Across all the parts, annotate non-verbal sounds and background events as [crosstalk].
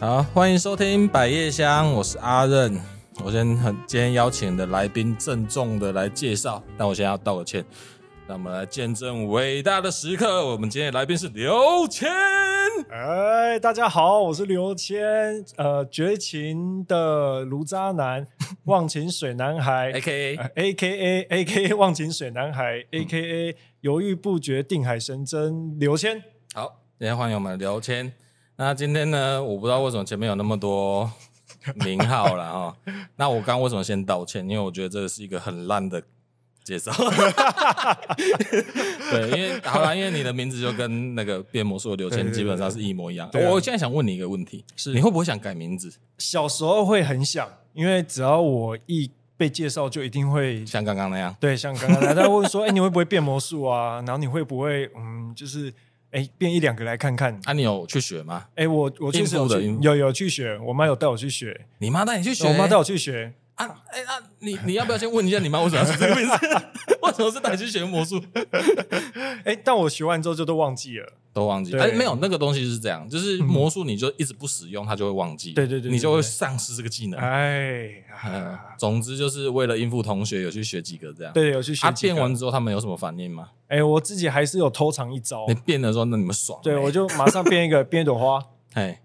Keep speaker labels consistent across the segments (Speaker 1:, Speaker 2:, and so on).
Speaker 1: 好，欢迎收听百叶香，我是阿任。我先很今天邀请的来宾郑重的来介绍，但我先要道个歉。让我们来见证伟大的时刻。我们今天的来宾是刘谦。
Speaker 2: 哎，大家好，我是刘谦，呃，绝情的卢渣
Speaker 1: [laughs]
Speaker 2: 男，忘情水男孩呃
Speaker 1: A K A
Speaker 2: ，A K A A K A 忘情水男孩，A
Speaker 1: 嗯
Speaker 2: K A 犹豫不决定海神针刘谦。
Speaker 1: 好，今天欢迎我们的刘谦。那今天呢，我不知道为什么前面有那么
Speaker 2: [laughs]
Speaker 1: 多名号了哈。那我刚为什么先道歉？因为我觉得这是一个很烂的介
Speaker 2: [laughs]
Speaker 1: 绍。对，因为好了，因为你的名字就跟那个变魔术的刘谦基本上是一模一样。
Speaker 2: 对啊
Speaker 1: 我现在想问你一个问题：是你会不会想改名字？
Speaker 2: 小时候会很想，因为只要我一被介绍，就一定会
Speaker 1: 像刚刚那样？
Speaker 2: 对，像刚刚大家
Speaker 1: [laughs]
Speaker 2: 问说，哎、你会不会变魔术啊？然后你会不会，嗯，就是哎、变一两个来看看。
Speaker 1: 啊，你有去学吗？
Speaker 2: 哎、我我确实有
Speaker 1: 应付的
Speaker 2: 去
Speaker 1: 应付
Speaker 2: 有有去学，我妈有带我去学，
Speaker 1: 你妈带你去学？
Speaker 2: 我妈带我去学，
Speaker 1: 啊，哎、啊，你你要不要先问一下你妈为什么要学这个
Speaker 2: [laughs]
Speaker 1: 名字？为什么是带你去学魔术？
Speaker 2: 哎、但我学完之后就都忘记了。
Speaker 1: 都忘记。
Speaker 2: 对
Speaker 1: 哎、没有那个东西是这样，就是魔术你就一直不使用，它就会忘记。
Speaker 2: 对对对对
Speaker 1: 你就会丧失这个技能。
Speaker 2: 哎，
Speaker 1: 嗯
Speaker 2: 啊，
Speaker 1: 总之就是为了应付同学，有去学几个这样。，
Speaker 2: 对，有去
Speaker 1: 啊，
Speaker 2: 学几
Speaker 1: 变
Speaker 2: 个。
Speaker 1: 完之后他们有什么反应吗？
Speaker 2: 哎、我自己还是有偷藏一招
Speaker 1: 你。变的时候，那你们爽、
Speaker 2: 对，
Speaker 1: 哎
Speaker 2: 我就马上变一个，变一朵花。
Speaker 1: 哎，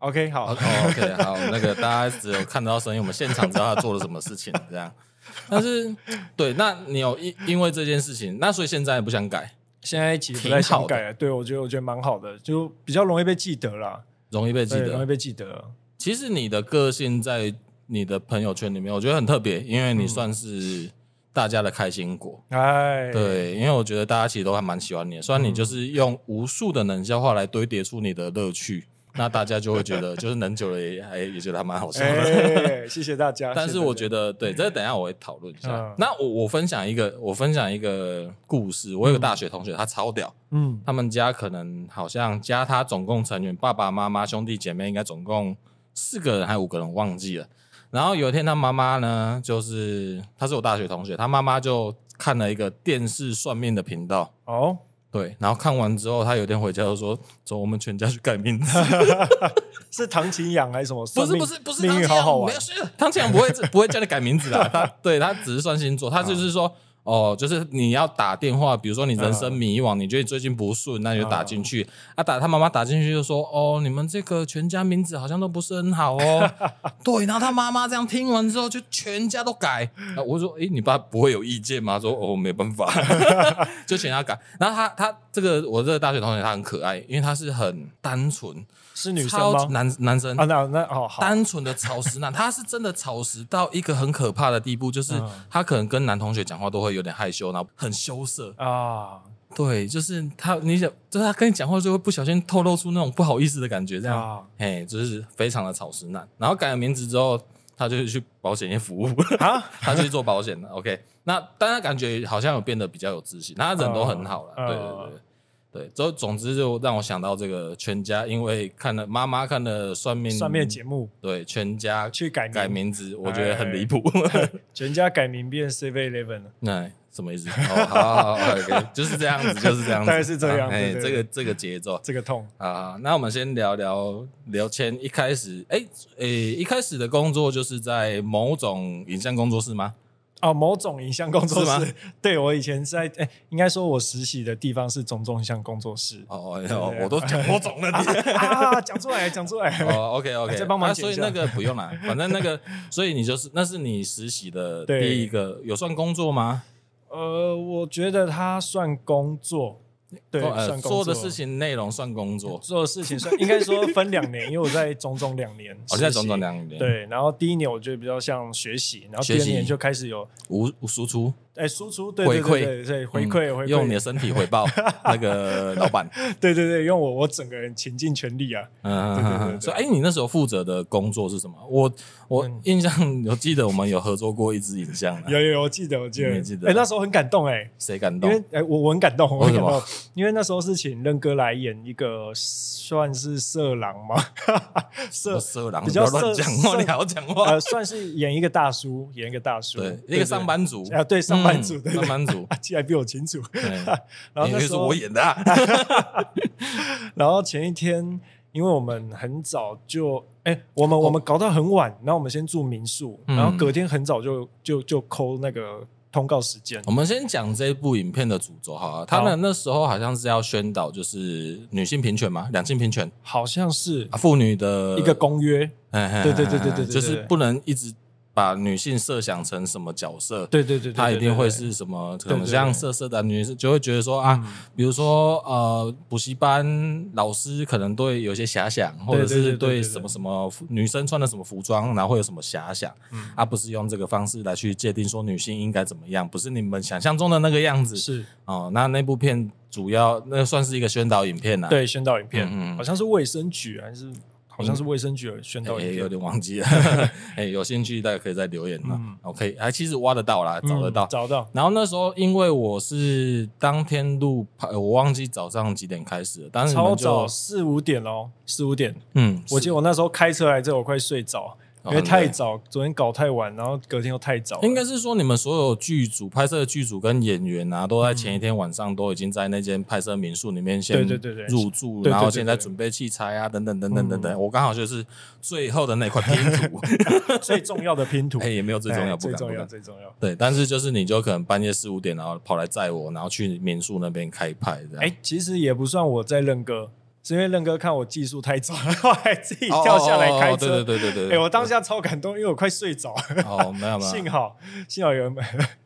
Speaker 2: OK，
Speaker 1: 好、 [laughs]
Speaker 2: 好，
Speaker 1: o k 哦好，那个大家只有看到声音，我们现场知道他做了什么事情这样。但是，对，那你有因因为这件事情，那所以现在也不想改，
Speaker 2: 现在其实不
Speaker 1: 挺
Speaker 2: 太
Speaker 1: 好
Speaker 2: 想
Speaker 1: 的
Speaker 2: 改了。对，我觉得我觉得蛮好的，就比较容易被记得啦，
Speaker 1: 容易被记
Speaker 2: 对，容易
Speaker 1: 得。
Speaker 2: 被记得。
Speaker 1: 其实你的个性在你的朋友圈里面，我觉得很特别，因为你算是大家的开心果。
Speaker 2: 哎，
Speaker 1: 嗯对，嗯因为我觉得大家其实都还蛮喜欢你的，虽然你就是用无数的冷笑话来堆叠出你的乐 [laughs] 趣，那大家就会觉得就是能久了也还也觉得还蛮好 [laughs] 笑的。
Speaker 2: 哎，谢谢大家。
Speaker 1: 但是我觉
Speaker 2: 得，
Speaker 1: 得，对，这个等一下我会讨论一下。
Speaker 2: 嗯
Speaker 1: 那我我分享一个，我分享一个故事。我有个大学同学，他超屌，
Speaker 2: 嗯，
Speaker 1: 他们家可能好像加他总共成员，爸爸妈妈、兄弟姐妹，应该总共四个人还五个人，我忘记了。然后有一天，他妈妈呢，就是他是我大学同学，他妈妈就看了一个电视算命的频道，
Speaker 2: 哦，
Speaker 1: 对，然后看完之后，他有一天回家就说：“走，我们全家去改名字。
Speaker 2: 是唐琴养还是什么？”
Speaker 1: 不
Speaker 2: 算
Speaker 1: 是
Speaker 2: 命
Speaker 1: 不是不是，
Speaker 2: 命
Speaker 1: 唐
Speaker 2: 运
Speaker 1: 庆
Speaker 2: 好好
Speaker 1: 阳没
Speaker 2: 玩
Speaker 1: 有。是唐庆阳不会不会叫你改名字
Speaker 2: [laughs]
Speaker 1: 的，他对他只是算星
Speaker 2: 啊
Speaker 1: 座，他就是说。哦，就是你要打电话，比如说你人
Speaker 2: 啊
Speaker 1: 生迷惘，你觉得最近不顺，那你就打进去。啊，打他妈妈打进去就说：“哦，你们这个全家名字好像都不是很好
Speaker 2: [laughs]
Speaker 1: 哦。”对，然后他妈妈这样听完之后，就全家都改。啊、我就说：“诶，你爸不会有意见吗？”说：“哦，没办法。”
Speaker 2: [laughs]
Speaker 1: 就全家改。然后他他这个我这个大学同学他很可爱，因为他是很单纯，
Speaker 2: 是女生
Speaker 1: 超
Speaker 2: 吗？
Speaker 1: 男男生
Speaker 2: 啊，那那哦，好，
Speaker 1: 单纯的草食男，他是真的草食到一个很可怕的地步，就是
Speaker 2: 嗯
Speaker 1: 他可能跟男同学讲话都会有点害羞，然后很羞涩。
Speaker 2: 啊
Speaker 1: 对，就是他，你想，就是他跟你讲话就会不小心透露出那种不好意思的感觉，这样，
Speaker 2: 啊
Speaker 1: 哎、就是非常的草食男。然后改了名字之后，他就去保险业服务，
Speaker 2: 啊，
Speaker 1: [laughs] 他就去做保险了。OK，那但他感觉好像有变得比较有自信，那他人都很好了。
Speaker 2: 嗯
Speaker 1: 对对对。对，总总之就让我想到这个全家，因为看了妈妈看了算命
Speaker 2: 算命节目
Speaker 1: 对，全家
Speaker 2: 去改名
Speaker 1: 改名字，我觉得
Speaker 2: 哎
Speaker 1: 很离谱。
Speaker 2: [laughs] 全家改名变 Seven Eleven 了。
Speaker 1: 那什么意思？哦，好好好，OK，就是 [laughs] 这样子，就是这样子，
Speaker 2: 大概是这样
Speaker 1: 啊哎，
Speaker 2: 对对
Speaker 1: 这
Speaker 2: 对
Speaker 1: 个这个节奏
Speaker 2: 这个痛，
Speaker 1: 啊。那我们先聊聊刘谦一开始，哎哎，一开始的工作就是在某种影像工作室吗？
Speaker 2: 哦，某种影像工作
Speaker 1: 是。
Speaker 2: 室， [laughs] 对我以前在，哎、应该说我实习的地方是种种影像工作室
Speaker 1: [laughs] 哦哦，我都讲某种了，
Speaker 2: [laughs]
Speaker 1: 你
Speaker 2: 啊，讲出来，讲出来。
Speaker 1: 哦，OK
Speaker 2: [laughs]
Speaker 1: OK，
Speaker 2: 啊再帮忙剪
Speaker 1: 所
Speaker 2: 一
Speaker 1: 以
Speaker 2: 下
Speaker 1: 那个不用啦，反正那个， [laughs] 所以你就是那是你实习的
Speaker 2: 对
Speaker 1: 第一个，有算工作吗？
Speaker 2: 呃，我觉觉得他算工作，对，
Speaker 1: 呃
Speaker 2: 算工
Speaker 1: 做
Speaker 2: 作
Speaker 1: 的事，情内容算工作，
Speaker 2: 做的事情算，应该说分两
Speaker 1: [laughs]
Speaker 2: 年，因为我在种种两年，
Speaker 1: 哦，现在种种两年，
Speaker 2: 年，对。然后第一年我觉得比较像学习，然后第
Speaker 1: 学
Speaker 2: 二
Speaker 1: 习
Speaker 2: 年就开始有，
Speaker 1: 无无输出，嗯
Speaker 2: 哎，输出对对对对对回馈回馈，
Speaker 1: 用你的身体回报那个老板。
Speaker 2: [laughs] 对对对，用我我整个人倾尽全力啊，
Speaker 1: 嗯，
Speaker 2: 对对
Speaker 1: 嗯
Speaker 2: 对
Speaker 1: 嗯
Speaker 2: 对嗯
Speaker 1: 嗯所以哎，你那时候负责的工作是什么？我我印象有记得我们有合作过一支影像啊，
Speaker 2: [laughs] 有有有，我记得我记
Speaker 1: 你也
Speaker 2: 得，
Speaker 1: 记得
Speaker 2: 哎，那时候很感动哎，
Speaker 1: 谁感
Speaker 2: 因为
Speaker 1: 动？
Speaker 2: 哎，我我很感动，我很感
Speaker 1: 为
Speaker 2: 动，因为那时候是请任哥来演一个算是色狼嘛， [laughs] 色
Speaker 1: 色狼，
Speaker 2: 比
Speaker 1: 你不
Speaker 2: 较
Speaker 1: 要乱
Speaker 2: 色
Speaker 1: 讲话，
Speaker 2: 色
Speaker 1: 你还要讲话
Speaker 2: 呃，。算是演一个大叔， [laughs] 演一个大叔，
Speaker 1: 对，一个上班族
Speaker 2: 啊，对上班族，
Speaker 1: 嗯
Speaker 2: 对
Speaker 1: 上
Speaker 2: 对，。
Speaker 1: 班族
Speaker 2: [laughs] 既然比我
Speaker 1: [laughs]
Speaker 2: 清楚。
Speaker 1: 对，
Speaker 2: 然后
Speaker 1: 也
Speaker 2: 那
Speaker 1: 就是
Speaker 2: 时候
Speaker 1: 我演的
Speaker 2: [laughs]
Speaker 1: 啊。
Speaker 2: 然后前一天，因为我们很早就，哎、我们、我们搞到很晚，然后我们先住民宿，
Speaker 1: 哦嗯
Speaker 2: 然后隔天很早就就就抠那个通告时间。
Speaker 1: 我们先讲这部影片的主轴好了，他
Speaker 2: 好
Speaker 1: 们那时候好像是要宣导就是女性平权嘛，两性平权
Speaker 2: 好像是
Speaker 1: 啊，妇女的
Speaker 2: 一个公约，
Speaker 1: 嘿，嘿嘿
Speaker 2: 对对对对对对对
Speaker 1: 哎就是不能一直把女性设想成什么角色，
Speaker 2: 对对对对，
Speaker 1: 她一
Speaker 2: 对
Speaker 1: 定会，是什么，可
Speaker 2: 对
Speaker 1: 能
Speaker 2: 对
Speaker 1: 像
Speaker 2: 对
Speaker 1: 色色的女生就会觉得说啊
Speaker 2: 嗯，
Speaker 1: 比如说呃，补习班老师可能对有些遐想，或者
Speaker 2: 对对
Speaker 1: 是
Speaker 2: 对对对
Speaker 1: 对什么什么服女生穿的什么服装，然后会有什么遐想，啊
Speaker 2: 嗯，
Speaker 1: 而不是用这个方式来去界定说女性应该怎么样，不是你们想象中的那个样子。
Speaker 2: 是
Speaker 1: 哦，那那部片主要那算是一个宣导影片啦、啊，
Speaker 2: 对宣导影片，
Speaker 1: 嗯嗯
Speaker 2: 好像是卫生局还是好像是卫生局的宣导
Speaker 1: 也、
Speaker 2: 影
Speaker 1: 有
Speaker 2: 片，
Speaker 1: 点忘
Speaker 2: [laughs]
Speaker 1: 记了， [laughs] 哎、有兴趣大家可以再留言啦。
Speaker 2: 嗯
Speaker 1: OK，还其实挖得到啦，
Speaker 2: 嗯
Speaker 1: 找得到。
Speaker 2: 找到，
Speaker 1: 然后那时候因为我是当天录拍，我忘记早上几点开始了，但是你
Speaker 2: 超
Speaker 1: 们就
Speaker 2: 早四五点哦，四五点，
Speaker 1: 嗯，
Speaker 2: 我记得我那时候开车来这，我快睡着，因
Speaker 1: 哦
Speaker 2: 为太
Speaker 1: 很累
Speaker 2: 早，昨天搞太晚，然后隔天又太早了，
Speaker 1: 应该是说你们所有剧组拍摄的剧组跟演员啊，都在前一天晚上都已经在那间拍摄民宿里面先
Speaker 2: 对对对对
Speaker 1: 入住，
Speaker 2: 对对
Speaker 1: 然后
Speaker 2: 对
Speaker 1: 现
Speaker 2: 对
Speaker 1: 在
Speaker 2: 对
Speaker 1: 准备器材啊，等等等等等等。
Speaker 2: 嗯
Speaker 1: 我刚好就是最后的那块拼
Speaker 2: [laughs]
Speaker 1: 图，
Speaker 2: 最重要的拼图
Speaker 1: 哎，，也没有最重
Speaker 2: 哎
Speaker 1: 要，不
Speaker 2: 最
Speaker 1: 敢啊
Speaker 2: 重
Speaker 1: 不
Speaker 2: 要，
Speaker 1: 敢。
Speaker 2: 最重要。
Speaker 1: 对，但是就是你就可能半夜四五点，然后跑来载我，然后去民宿那边开拍这样。
Speaker 2: 哎，其实也不算我在认哥，是因为认哥看我技术太糟，然后还自己跳下来开
Speaker 1: 哦哦哦
Speaker 2: 车。
Speaker 1: 对对对对对。
Speaker 2: 哎，我当下超感动，因为我快睡着，
Speaker 1: 哦，没有没有，
Speaker 2: [laughs] 幸好幸好有人买，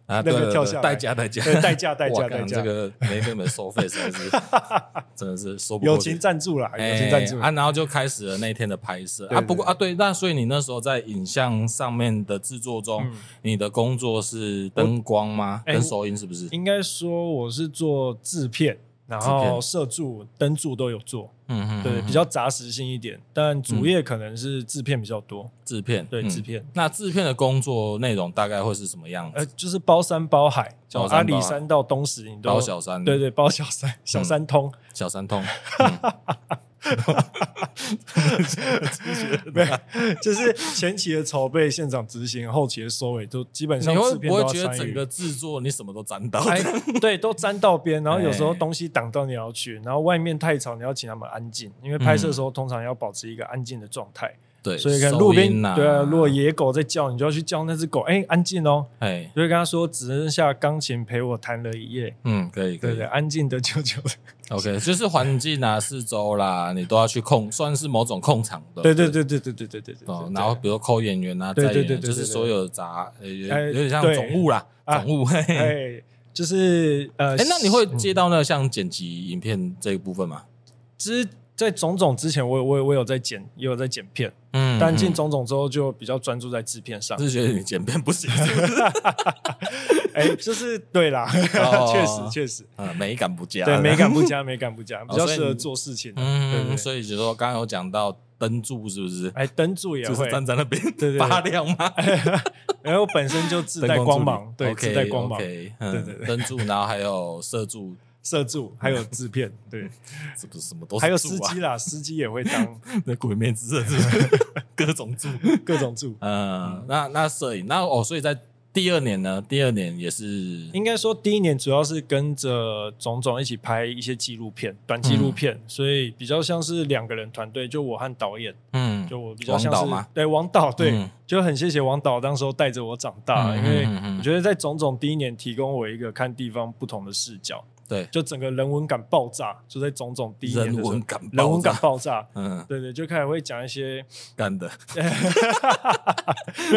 Speaker 1: 啊，
Speaker 2: 那
Speaker 1: 对
Speaker 2: 个
Speaker 1: 对对
Speaker 2: 跳下来
Speaker 1: 代价代价
Speaker 2: 对
Speaker 1: [laughs]
Speaker 2: 代价代价
Speaker 1: 哇干
Speaker 2: 代
Speaker 1: 这
Speaker 2: 价
Speaker 1: 个没给你们收费，真的
Speaker 2: [laughs]
Speaker 1: 是真的是说不过
Speaker 2: 友
Speaker 1: 去
Speaker 2: 情赞助啦，友
Speaker 1: 哎
Speaker 2: 情赞助。
Speaker 1: 啊，然后就开始了那一天的拍摄
Speaker 2: 对
Speaker 1: 啊。
Speaker 2: 对
Speaker 1: 不过
Speaker 2: 对
Speaker 1: 啊，对，那所以你那时候在影像上面的制作中，
Speaker 2: 嗯
Speaker 1: 你的工作是灯光吗？
Speaker 2: 哎
Speaker 1: 跟收音是不是？
Speaker 2: 应该说我是做制片，然
Speaker 1: 制
Speaker 2: 后
Speaker 1: 片
Speaker 2: 摄助、灯助都有做，
Speaker 1: 嗯嗯，
Speaker 2: 对，
Speaker 1: 嗯
Speaker 2: 比较杂食性一点，但主业可能是制片比较多，
Speaker 1: 制片，
Speaker 2: 对，
Speaker 1: 嗯
Speaker 2: 制。片。
Speaker 1: 那制片的工作内容大概会是什么样
Speaker 2: 呃，
Speaker 1: 子？
Speaker 2: 就是包山包海，从
Speaker 1: 包
Speaker 2: 阿
Speaker 1: 山包海
Speaker 2: 里山到东石，你都
Speaker 1: 包小三，嗯
Speaker 2: 对，对，包小三小三通， [laughs]
Speaker 1: 小三通，嗯
Speaker 2: 没有， [laughs] 就是前期的筹备、现场执行、后期的收尾，都基本
Speaker 1: 你
Speaker 2: 上
Speaker 1: 会
Speaker 2: 制片
Speaker 1: 不
Speaker 2: 都
Speaker 1: 会
Speaker 2: 要
Speaker 1: 觉得
Speaker 2: 参
Speaker 1: 整
Speaker 2: 与。
Speaker 1: 个制作你什么都沾到？
Speaker 2: 哎， [laughs]
Speaker 1: [laughs]
Speaker 2: 对，都沾到边，然后有时候
Speaker 1: 哎
Speaker 2: 东西挡到你要去，然后外面太吵，你要请他们安静，因为拍摄的时候通常要保持一个安静的状态，
Speaker 1: 嗯对，
Speaker 2: 所以可能路边
Speaker 1: 收音啊
Speaker 2: 对啊，如果野狗在叫，你就要去叫那只狗，哎，安静哦，
Speaker 1: 哎，
Speaker 2: 就会跟他说只剩下钢琴陪我弹了一夜，
Speaker 1: 嗯，可以，可
Speaker 2: 对
Speaker 1: 以
Speaker 2: 对， [laughs] 安静的久久的，
Speaker 1: 哦，OK，就是环境啊、四周啦，你都要去控，算是某种控场的，
Speaker 2: 对对对对对对对对对
Speaker 1: 哦，
Speaker 2: 对
Speaker 1: 然后比如扣演员啊，
Speaker 2: 对
Speaker 1: 在
Speaker 2: 对
Speaker 1: 演
Speaker 2: 对
Speaker 1: 员
Speaker 2: 对
Speaker 1: 就是
Speaker 2: 对对
Speaker 1: 所有杂，呃有
Speaker 2: 哎
Speaker 1: 有点像
Speaker 2: 对
Speaker 1: 总务啦，
Speaker 2: 啊
Speaker 1: 总务。嘿嘿
Speaker 2: 哎，就是呃，
Speaker 1: 哎，那你会接到那个像剪辑影片这一部分吗？
Speaker 2: 之在种种之前我有，我有我有在剪，也有在剪片，
Speaker 1: 嗯
Speaker 2: 但进
Speaker 1: 嗯
Speaker 2: 种种之后就比较专注在制片上。
Speaker 1: 是觉得你剪片不
Speaker 2: [laughs]
Speaker 1: 行，是不是
Speaker 2: 哎、就是对啦，
Speaker 1: 哦
Speaker 2: [laughs] 确实确实，
Speaker 1: 呃，美感不佳，
Speaker 2: 对美感不佳，美感不
Speaker 1: [laughs]
Speaker 2: 佳，比较
Speaker 1: 哦所以
Speaker 2: 适合
Speaker 1: 你
Speaker 2: 做事情啊、对对
Speaker 1: 嗯，
Speaker 2: 对。
Speaker 1: 所以就说刚刚有讲到灯柱是不是？
Speaker 2: 哎，灯柱也
Speaker 1: 就是
Speaker 2: 会，
Speaker 1: 站在那边
Speaker 2: 对对对
Speaker 1: 发亮吗？
Speaker 2: 然后本身就自带
Speaker 1: 灯
Speaker 2: 光
Speaker 1: 助理
Speaker 2: 芒，对，自带光芒，
Speaker 1: ，OK，OK，
Speaker 2: 对
Speaker 1: 嗯
Speaker 2: 对对
Speaker 1: 灯柱，然后还有射柱，
Speaker 2: 摄助还有制片，对，
Speaker 1: 是不是什么都是
Speaker 2: 还有
Speaker 1: 柱
Speaker 2: 司
Speaker 1: 啊
Speaker 2: [laughs] 机，啦，司机也会当
Speaker 1: 那鬼面之 [laughs] 刃是不是各种柱？
Speaker 2: 各种助。
Speaker 1: 嗯，那那摄影，那哦，所以在第二年呢，第二年也是
Speaker 2: 应该说，第一年主要是跟着种种一起拍一些纪录片、短纪
Speaker 1: 嗯
Speaker 2: 录片，所以比较像是两个人团队，就我和导演，
Speaker 1: 嗯，
Speaker 2: 就我比较像
Speaker 1: 王
Speaker 2: 是
Speaker 1: 导吗
Speaker 2: 对王导，对，
Speaker 1: 嗯
Speaker 2: 就很谢谢王导，当时候带着我长大，
Speaker 1: 嗯
Speaker 2: 因为
Speaker 1: 嗯嗯
Speaker 2: 我觉得在种种第一年提供我一个看地方不同的视角，
Speaker 1: 对，
Speaker 2: 就整个人文感爆炸，就在种种第一年的时
Speaker 1: 人
Speaker 2: 候
Speaker 1: 文感爆炸
Speaker 2: 人文感爆炸。
Speaker 1: 嗯，
Speaker 2: 对对，就开始会讲一些
Speaker 1: 干
Speaker 2: [laughs]
Speaker 1: 的，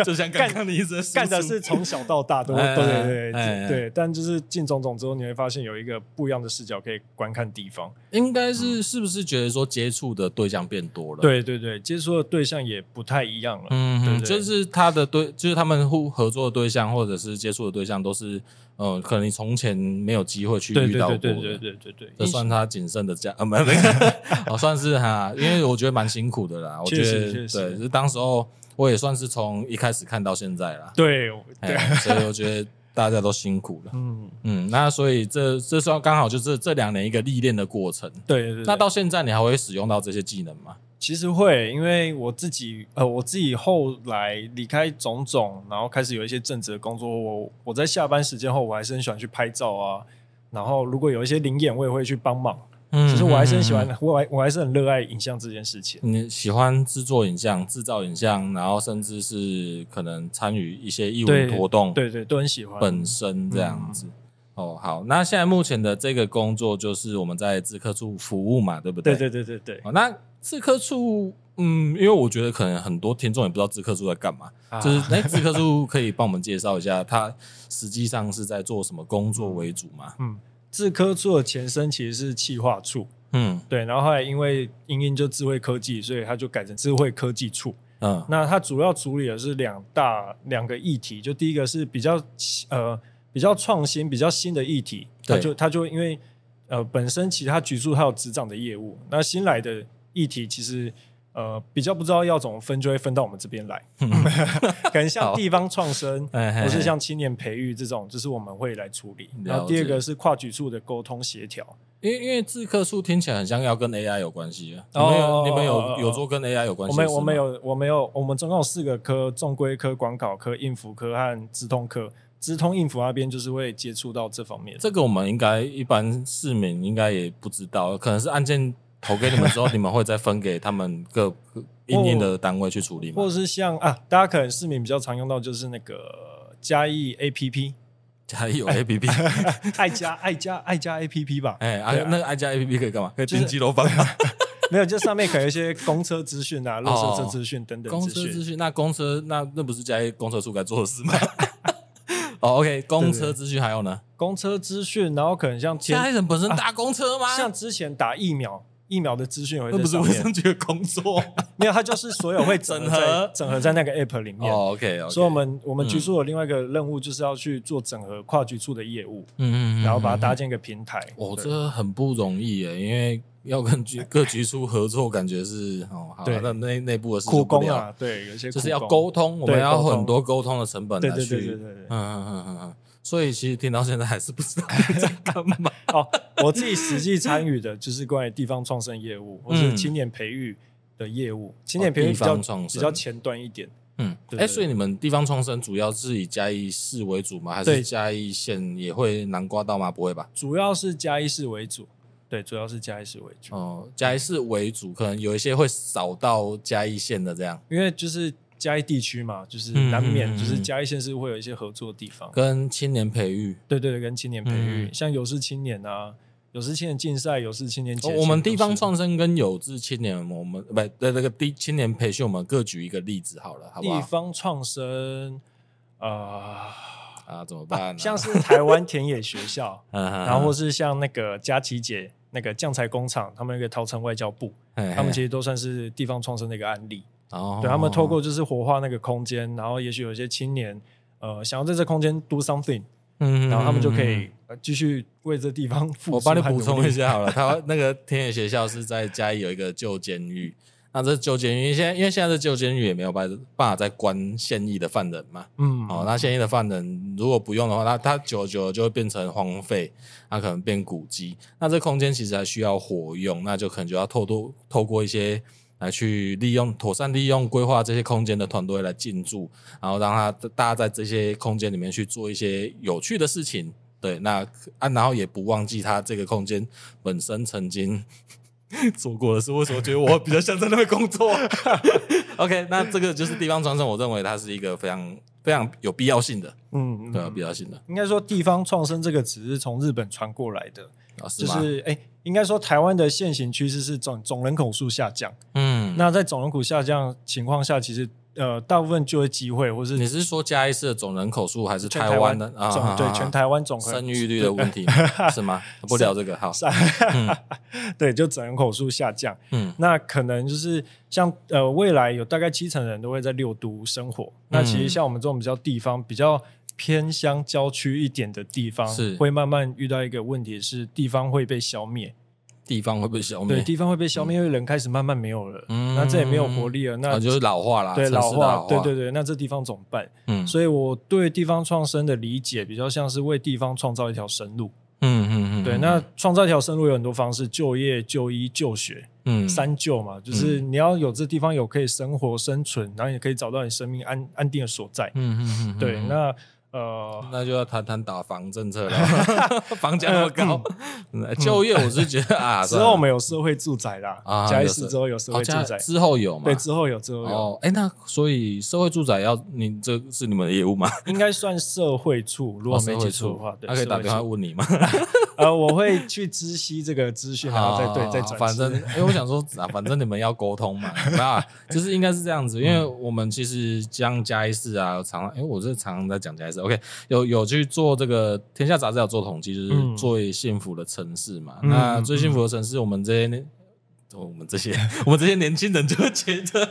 Speaker 1: 就像刚刚你一直在输出
Speaker 2: 干的是从小到大都
Speaker 1: [laughs] 哎
Speaker 2: 对对对
Speaker 1: 哎哎
Speaker 2: 对
Speaker 1: 哎
Speaker 2: 对，但就是进种种之后，你会发现有一个不一样的视角可以观看地方。
Speaker 1: 应该是是不是觉得说接触的对象变多了？，
Speaker 2: 对对对，接触的对象也不太一样了。
Speaker 1: 嗯，
Speaker 2: 对对
Speaker 1: 就是他的对，就是他们互合作的对象或者是接触的对象都是呃，可能你从前没有机会去
Speaker 2: 对
Speaker 1: 遇
Speaker 2: 对
Speaker 1: 到过
Speaker 2: 对
Speaker 1: 的，
Speaker 2: 对对对对对，
Speaker 1: 这
Speaker 2: 印
Speaker 1: 算他谨慎的价， [laughs] 呃，没没，好、 [laughs] 哦、算是哈，因为我觉得蛮辛苦的
Speaker 2: [laughs]
Speaker 1: 啦，我觉
Speaker 2: 确实
Speaker 1: 得
Speaker 2: 确实
Speaker 1: 对，就是当时候我也算是从一开始看到现在啦，
Speaker 2: 对我对，
Speaker 1: 哎，所以我觉得大家都辛苦了，
Speaker 2: 嗯，
Speaker 1: 嗯，那所以这这算刚好就是这两年一个历练的过程。
Speaker 2: 对对对。
Speaker 1: 那到现在你还会使用到这些技能吗？
Speaker 2: 其实会，因为我自己呃，我自己后来离开种种，然后开始有一些正职的工作。我我在下班时间后，我还是很喜欢去拍照啊。然后如果有一些灵眼，我也会去帮忙。
Speaker 1: 嗯
Speaker 2: 其实我还是很喜
Speaker 1: 嗯嗯
Speaker 2: 欢，我还我还是很热爱影像这件事情。
Speaker 1: 嗯你喜欢制作影像、制造影像，然后甚至是可能参与一些义
Speaker 2: 对
Speaker 1: 务活动，
Speaker 2: 对嗯对，都很喜欢。
Speaker 1: 本身这样子。哦，好，那现在目前的这个工作就是我们在自客处服务嘛，对不
Speaker 2: 对
Speaker 1: 对
Speaker 2: 对对对对，
Speaker 1: 哦，那自客处，嗯，因为我觉得可能很多听众也不知道自客处在干嘛，
Speaker 2: 啊
Speaker 1: 就是
Speaker 2: [laughs]
Speaker 1: 那自客处可以帮我们介绍一下，它实际上是在做什么工作为主嘛？
Speaker 2: 嗯，自科处的前身其实是企划处，
Speaker 1: 嗯
Speaker 2: 对。然后后来因为英英就智慧科技，所以它就改成智慧科技处。
Speaker 1: 嗯
Speaker 2: 那它主要处理的是两大两个议题，就第一个是比较呃比较创新、比较新的议题，它
Speaker 1: 对
Speaker 2: 就它就因为呃本身其他局处还有执掌的业务，那新来的议题其实呃比较不知道要怎么分，就会分到我们这
Speaker 1: [laughs]
Speaker 2: 边来，可能像
Speaker 1: 好
Speaker 2: 地方创生。
Speaker 1: 哎，嘿
Speaker 2: 或是
Speaker 1: 嘿
Speaker 2: 像青年培育这种，就是我们会来处理。
Speaker 1: 了
Speaker 2: 然后第二
Speaker 1: 解
Speaker 2: 个是跨局处的沟通协调，
Speaker 1: 因为因为自客处听起来很像要跟 AI 有关系啊，你
Speaker 2: 哦
Speaker 1: 们有
Speaker 2: 哦
Speaker 1: 你们
Speaker 2: 哦哦
Speaker 1: 有
Speaker 2: 哦
Speaker 1: 有做跟 AI 有关
Speaker 2: 我
Speaker 1: 系的
Speaker 2: 们
Speaker 1: 事吗？
Speaker 2: 我们有我们有我们总共有四个科：重规科、广考科、应服科和资通科。资通应服那边就是会接触到这方面。
Speaker 1: 这个我们应该一般市民应该也不知道，可能是案件投给你们之后，你们会再分给他们各各应应的单位去处理吗
Speaker 2: 或？者是像啊，大家可能市民比较常用到就是那个嘉义 APP，
Speaker 1: 还有 A P P，
Speaker 2: [laughs] 爱家爱家爱家 APP 吧？
Speaker 1: 哎，啊
Speaker 2: 对啊
Speaker 1: 那个爱家 A P P 可以干嘛？可以
Speaker 2: 就是
Speaker 1: 订鸡楼房啊
Speaker 2: [laughs]
Speaker 1: 吗？
Speaker 2: 没有，就上面可能有一些公车资讯啊、路车车资讯等等
Speaker 1: 哦公
Speaker 2: 资
Speaker 1: 车
Speaker 2: 讯
Speaker 1: 资。讯，那公车那那不是加公车处该做的事吗？ [laughs] 哦，OK，公车资讯还有呢？
Speaker 2: 公车资讯，然后可能像
Speaker 1: 现在
Speaker 2: 前
Speaker 1: 人本身搭公车吗？
Speaker 2: 啊像之前打疫苗疫苗的资讯也会
Speaker 1: 那
Speaker 2: 在
Speaker 1: 不是
Speaker 2: 上
Speaker 1: 卫
Speaker 2: 面，
Speaker 1: 生局的工作
Speaker 2: 没有，它就是所有会整合在
Speaker 1: 整合
Speaker 2: 整合在那个 app 里 [laughs] 面。
Speaker 1: 哦？OK，嗯
Speaker 2: 所以我们我们局处有另外一个任务，就是要去做整合跨局处的业务，
Speaker 1: 嗯嗯，
Speaker 2: 然后把它
Speaker 1: 打。
Speaker 2: 搭建一个平台。
Speaker 1: 哦，
Speaker 2: 对哎
Speaker 1: 这很不容易耶，因为要跟局各局处合作，感觉是哦，好
Speaker 2: 对
Speaker 1: 那内内部的事
Speaker 2: 苦
Speaker 1: 做不
Speaker 2: 工
Speaker 1: 了，
Speaker 2: 啊，对，有一些
Speaker 1: 就
Speaker 2: 苦
Speaker 1: 是要
Speaker 2: 工
Speaker 1: 沟通，我们
Speaker 2: 对
Speaker 1: 要
Speaker 2: 沟通
Speaker 1: 很多沟通的成本
Speaker 2: 对
Speaker 1: 来
Speaker 2: 对
Speaker 1: 去，
Speaker 2: 对对对对
Speaker 1: 嗯。嗯嗯嗯嗯，所以其实听到现在还是不知
Speaker 2: [laughs]
Speaker 1: 道在干嘛。
Speaker 2: 哦，我自己实际参与的就是关于地方创生业务，或是
Speaker 1: 嗯哦
Speaker 2: 青年培育的业务。青年培育
Speaker 1: 地
Speaker 2: 比较
Speaker 1: 方创
Speaker 2: 比较
Speaker 1: 生
Speaker 2: 前端一点，
Speaker 1: 嗯，
Speaker 2: 对对
Speaker 1: 哎，所以你们地方创生主要是以嘉义市为主吗？还
Speaker 2: 对
Speaker 1: 是嘉义县也会南瓜到吗？不会吧？
Speaker 2: 主要是嘉义市为主。对，主要是嘉义市为主，
Speaker 1: 哦，嘉义市为主，可能有一些会扫到嘉义县的这样，
Speaker 2: 因为就是嘉义地区嘛，就是
Speaker 1: 嗯
Speaker 2: 难免
Speaker 1: 嗯嗯
Speaker 2: 就是
Speaker 1: 嗯
Speaker 2: 嘉义县市会有一些合作的地方。
Speaker 1: 跟青年培育。
Speaker 2: 对对对，跟青年培育，
Speaker 1: 嗯
Speaker 2: 像有志青年啊，有志青年竞赛，有志青年节
Speaker 1: 哦
Speaker 2: 庆、
Speaker 1: 我们地
Speaker 2: 都
Speaker 1: 方
Speaker 2: 是
Speaker 1: 创生跟有志青年，我们不对那个地青年培训，我们各举一个例子好了，好不
Speaker 2: 地
Speaker 1: 好？
Speaker 2: 方创生，呃，
Speaker 1: 啊，嗯怎么办、呢？，
Speaker 2: 像是台湾田野学校
Speaker 1: [laughs] 然
Speaker 2: 然后或是像那个佳琪姐那个酱菜工厂，他们那个桃城外交部，他
Speaker 1: 他
Speaker 2: 们其实都算是地方创生的一个案例。
Speaker 1: 哎哦
Speaker 2: 对他们透过就是活化那个空间，然后也许有一些青年。呃，想要在这空间 do something，
Speaker 1: 嗯，嗯
Speaker 2: 然后他们就可。
Speaker 1: 嗯嗯
Speaker 2: 以呃继续为这地方 [laughs] 付出。
Speaker 1: 我帮你补充一，下好了，台湾那个田野学校是在嘉义有一个旧监狱，那这旧监狱因为现在因为现在这旧监狱也没有办办法再关现役的犯人嘛，
Speaker 2: 嗯，
Speaker 1: 哦，那现役的犯人如果不用的话，那他久而久而就会变成荒废，那可能变古迹。那这空间其实还需要活用，那就可能就要透过透过一些来去利用、妥善利用、规划这些空间的团队来进驻，然后让他大家在这些空间里面去做一些有趣的事情。对，那啊，然后也不忘记他这个空间本身曾经 [laughs] 做过的事。为什么觉得我比较像在那边工作啊？OK，那这个就是地方传承，我认为它是一个非常非常有必要性的，
Speaker 2: 嗯，嗯
Speaker 1: 对，有啊必要性的
Speaker 2: 应该说地方创生这个只是从日本传过来的，
Speaker 1: 啊，
Speaker 2: 就
Speaker 1: 吗？
Speaker 2: 是哎、应该说台湾的现行趋势是总总人口数下降。
Speaker 1: 嗯，
Speaker 2: 那在总人口下降情况下，其实呃，大部分就业机会或是
Speaker 1: 你是说嘉义市的总人口数，还是
Speaker 2: 全
Speaker 1: 台湾的啊？
Speaker 2: 总、
Speaker 1: 啊
Speaker 2: 对
Speaker 1: 啊
Speaker 2: 全台湾总和
Speaker 1: 生育率的问
Speaker 2: [laughs]
Speaker 1: 题是吗？不嗯聊这个，好，
Speaker 2: 上 [laughs] 对，就总人口数下降。
Speaker 1: 嗯
Speaker 2: 那可能就是像
Speaker 1: 嗯
Speaker 2: 呃，未来有大概七成人都会在六都生活。那其实像我们这种比较地方比较偏乡郊区一点的地方，
Speaker 1: 是
Speaker 2: 会慢慢遇到一个问题是地方会被消灭，
Speaker 1: 地方会被消
Speaker 2: 对，
Speaker 1: 灭，
Speaker 2: 地方会被消灭，因为人开始慢慢没有了，
Speaker 1: 嗯
Speaker 2: 那这也没有活力了，那、
Speaker 1: 啊，就是老化啦，
Speaker 2: 对
Speaker 1: 城市的
Speaker 2: 老
Speaker 1: 老
Speaker 2: 化，对对，对，那这地方怎么办？
Speaker 1: 嗯
Speaker 2: 所以我对地方创生的理解比较像是为地方创造一条生路。
Speaker 1: 嗯嗯嗯，
Speaker 2: 对，
Speaker 1: 嗯
Speaker 2: 那创造一条生路有很多方式，就业、就医、就学，
Speaker 1: 嗯
Speaker 2: 三就嘛，就是你要有这地方有可以生活生存，然后也可以找到你生命安安定的所在。
Speaker 1: 嗯嗯嗯，嗯
Speaker 2: 对，
Speaker 1: 嗯
Speaker 2: 那呃，
Speaker 1: 那就要谈谈打房政策
Speaker 2: [laughs]
Speaker 1: 了，房价那么高， [laughs] 嗯就业我是觉得啊，
Speaker 2: [laughs] 之后我
Speaker 1: 没
Speaker 2: 们有社会住宅啦
Speaker 1: 啊，
Speaker 2: 嘉义
Speaker 1: 有社
Speaker 2: 市之后有社
Speaker 1: 哦，
Speaker 2: 会住
Speaker 1: 加
Speaker 2: 宅，
Speaker 1: 之后有嘛？
Speaker 2: 对，之后有之后有，
Speaker 1: 哦，哎，那所以社会住宅要你这是你们的业务吗？
Speaker 2: 应该算社会处，如
Speaker 1: 如
Speaker 2: 果没记错的话，对，
Speaker 1: 他可以打
Speaker 2: 社会
Speaker 1: 电话
Speaker 2: 处。
Speaker 1: 问你吗？
Speaker 2: 呃，我会去知悉这个资讯，然后再 [laughs] 对再
Speaker 1: 好
Speaker 2: 转。
Speaker 1: 啊哦反正，
Speaker 2: [laughs]
Speaker 1: 因为我想说啊，反正你们要沟通嘛，没有啊，就是应该是这样
Speaker 2: 嗯
Speaker 1: 子，因为我们其实像嘉义市啊，常因为我是常常在讲嘉义市，OK，有有去做这个《天下杂志》有做统计，就是
Speaker 2: 嗯
Speaker 1: 最幸福的城市嘛。
Speaker 2: 嗯
Speaker 1: 那最幸福的城市，我们这些年。我们这些 [laughs] 我们这些年轻人就觉得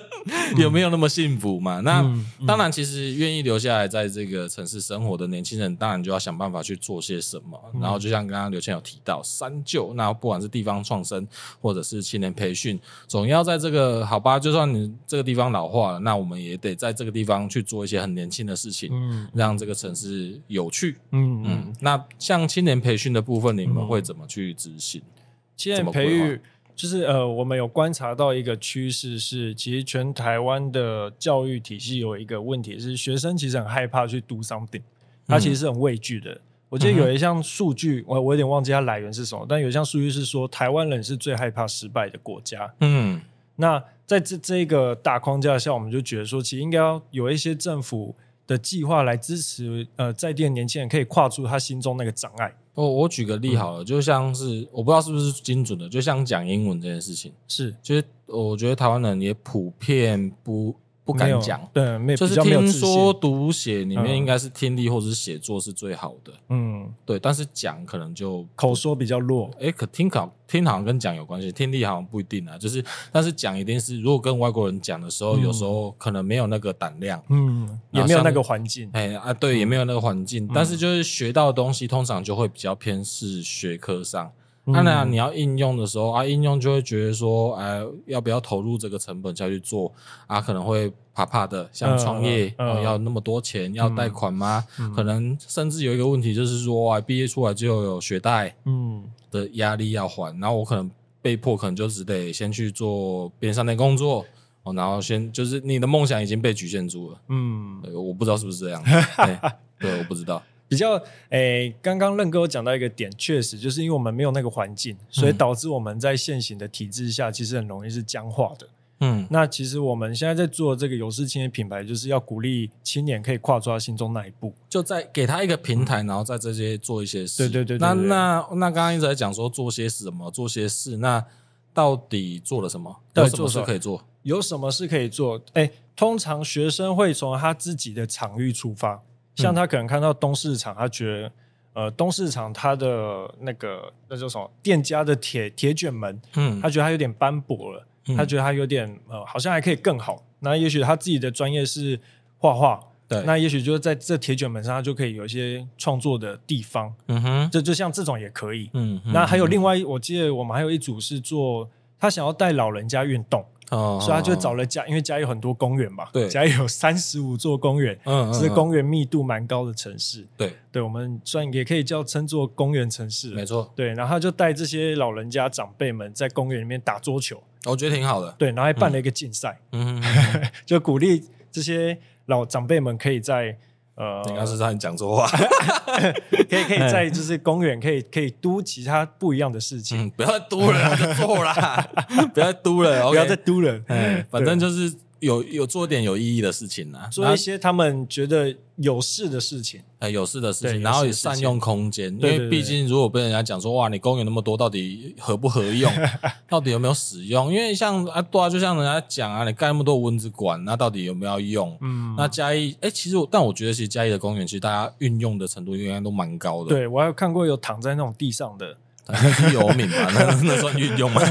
Speaker 1: 有没有那么幸福嘛？那、
Speaker 2: 嗯嗯
Speaker 1: 当然，其实愿意留下来在这个城市生活的年轻人，当然就要想办法去做些什么。然后，就像刚刚刘倩有提到三救，那不管是地方创生或者是青年培训，总要在这个好吧，就算你这个地方老化了，那我们也得在这个地方去做一些很年轻的事情，
Speaker 2: 嗯
Speaker 1: 让这个城市有趣。
Speaker 2: 嗯嗯
Speaker 1: 嗯，，那像青年培训的部分，你们会怎么去执行？
Speaker 2: 青
Speaker 1: 怎
Speaker 2: 年
Speaker 1: 么
Speaker 2: 培
Speaker 1: 规划
Speaker 2: 育就是呃，我们有观察到一个趋势是，其实全台湾的教育体系有一个问题是，学生其实很害怕去 do something，他其实
Speaker 1: 嗯
Speaker 2: 是很畏惧的。我记得有一项数据，我我有点忘记它来源是什么，但有一项数据是说，台湾人是最害怕失败的国家。
Speaker 1: 嗯
Speaker 2: 那在这这一个大框架下，我们就觉得说，其实应该要有一些政府的计划来支持呃在地的年轻人可以跨出他心中那个障碍。
Speaker 1: 我哦我举个例好了，就像是我不知道是不是精准的，就像讲英文这件事情。
Speaker 2: 是
Speaker 1: 其实我觉得台湾人也普遍不不
Speaker 2: 没
Speaker 1: 敢
Speaker 2: 有
Speaker 1: 讲，
Speaker 2: 对，没
Speaker 1: 就
Speaker 2: 比
Speaker 1: 是
Speaker 2: 较没有
Speaker 1: 听
Speaker 2: 自信
Speaker 1: 说读写里面
Speaker 2: 嗯
Speaker 1: 应该是听力或者是写作是最好的，
Speaker 2: 嗯，
Speaker 1: 对，但是讲可能就
Speaker 2: 口说比较弱，
Speaker 1: 哎，可听考听好像跟讲有关系，听力好像不一定啊，就是但是讲一定是如果跟外国人讲的时候，
Speaker 2: 嗯
Speaker 1: 有时候可能没有那个胆量。
Speaker 2: 嗯，也没有那个环境，
Speaker 1: 哎啊，对，也没有那个环
Speaker 2: 嗯
Speaker 1: 境，但是就是学到的东西通常就会比较偏是学科上。那、那
Speaker 2: 嗯
Speaker 1: 你要应用的时候啊，应用就会觉得说，哎、要不要投入这个成本下去做啊？可能会怕怕的，像
Speaker 2: 嗯
Speaker 1: 创业、
Speaker 2: 嗯
Speaker 1: 哦要那么多钱，要贷款吗？可能甚至有一个问题就是说，啊，毕业出来就有学贷
Speaker 2: 嗯
Speaker 1: 的压力要还，然后我可能被迫可能就只得先去做边商店工作。哦，然后先就是你的梦想已经被局限住了，
Speaker 2: 嗯，
Speaker 1: 对我不知道是不是
Speaker 2: [laughs]
Speaker 1: 这样，对，对，我不知道，
Speaker 2: 比较诶，刚刚任哥有讲到一个点，确实就是因为我们没有那个环境，所以导致我们在现行的体制下，其实很容易是僵化的。
Speaker 1: 嗯
Speaker 2: 那其实我们现在在做这个有事青年品牌，就是要鼓励青年可以跨出他心中那一步。
Speaker 1: 就在给他一个平台，然后在这些做一些事。
Speaker 2: 对对对对
Speaker 1: 那
Speaker 2: 对
Speaker 1: 那那刚刚一直在讲说做些什么，做些事，那到底做了什么？
Speaker 2: 到
Speaker 1: 有
Speaker 2: 底
Speaker 1: 什么
Speaker 2: 做什
Speaker 1: 事
Speaker 2: 么
Speaker 1: 可以做？
Speaker 2: 有什么是可以做？诶，通常学生会从他自己的场域出
Speaker 1: 嗯
Speaker 2: 发，像他可能看到东市场，他觉得。呃，东市场它的那个那叫什么？店家的铁铁卷门，
Speaker 1: 嗯
Speaker 2: 他觉得他有点斑驳了，
Speaker 1: 嗯
Speaker 2: 他觉得他有点呃，好像还可以更好。那也许他自己的专业是画画，
Speaker 1: 对，
Speaker 2: 那也许就是在这铁卷门上，他就可以有一些创作的地方。
Speaker 1: 嗯哼，
Speaker 2: 这就像这种也可以。
Speaker 1: 嗯，
Speaker 2: 那还有另外，我记得我们还有一组是做他想要带老人家运动，
Speaker 1: 哦，
Speaker 2: 所以他就找了家，因为家有很多公园嘛，
Speaker 1: 对
Speaker 2: 家有三十五座公园，
Speaker 1: 嗯，嗯，
Speaker 2: 是
Speaker 1: 嗯
Speaker 2: 公园密度蛮高的城市。
Speaker 1: 对，
Speaker 2: 对，我们算也可以叫称作公园城市了
Speaker 1: 没。错，
Speaker 2: 对，然后他就带这些老人家长辈们在公园里面打桌球，
Speaker 1: 我觉得挺好的。
Speaker 2: 对，然后还办了一个竞赛，
Speaker 1: 嗯，
Speaker 2: 哦
Speaker 1: 嗯嗯
Speaker 2: 就鼓励这些老长辈们可以在呃，
Speaker 1: 你刚是让你讲错话， [laughs]
Speaker 2: 可以可以在就是公园可以可以督其他不一样的事情，
Speaker 1: 嗯，不要再嘟了啦，就做
Speaker 2: [laughs]
Speaker 1: 啦，不要再嘟了，
Speaker 2: 不要再
Speaker 1: OK
Speaker 2: 嘟了，
Speaker 1: 哎，反正就是有有做点有意义的事情啊啦，
Speaker 2: 做一些他们觉得有事的事情。
Speaker 1: 呃，有事的事情，
Speaker 2: 对
Speaker 1: 然后
Speaker 2: 有
Speaker 1: 也
Speaker 2: 事的
Speaker 1: 善
Speaker 2: 事情
Speaker 1: 用空间，因
Speaker 2: 对
Speaker 1: 为
Speaker 2: 对
Speaker 1: 毕
Speaker 2: 对
Speaker 1: 竟如果被人家讲说哇，你公园那么多，到底合不合
Speaker 2: [laughs]
Speaker 1: 用，到底有没有使用？因为像啊，对啊，就像人家讲啊，你盖那么多蚊子馆，那到底有没有要用？
Speaker 2: 嗯，
Speaker 1: 那嘉义，哎、其实我，但我觉得其实嘉义的公园，其实大家运用的程度应该都蛮高的。，
Speaker 2: 对我还有看过有躺在那种地上的，
Speaker 1: 那是游民嘛，那那算运
Speaker 2: [laughs]
Speaker 1: 用嘛。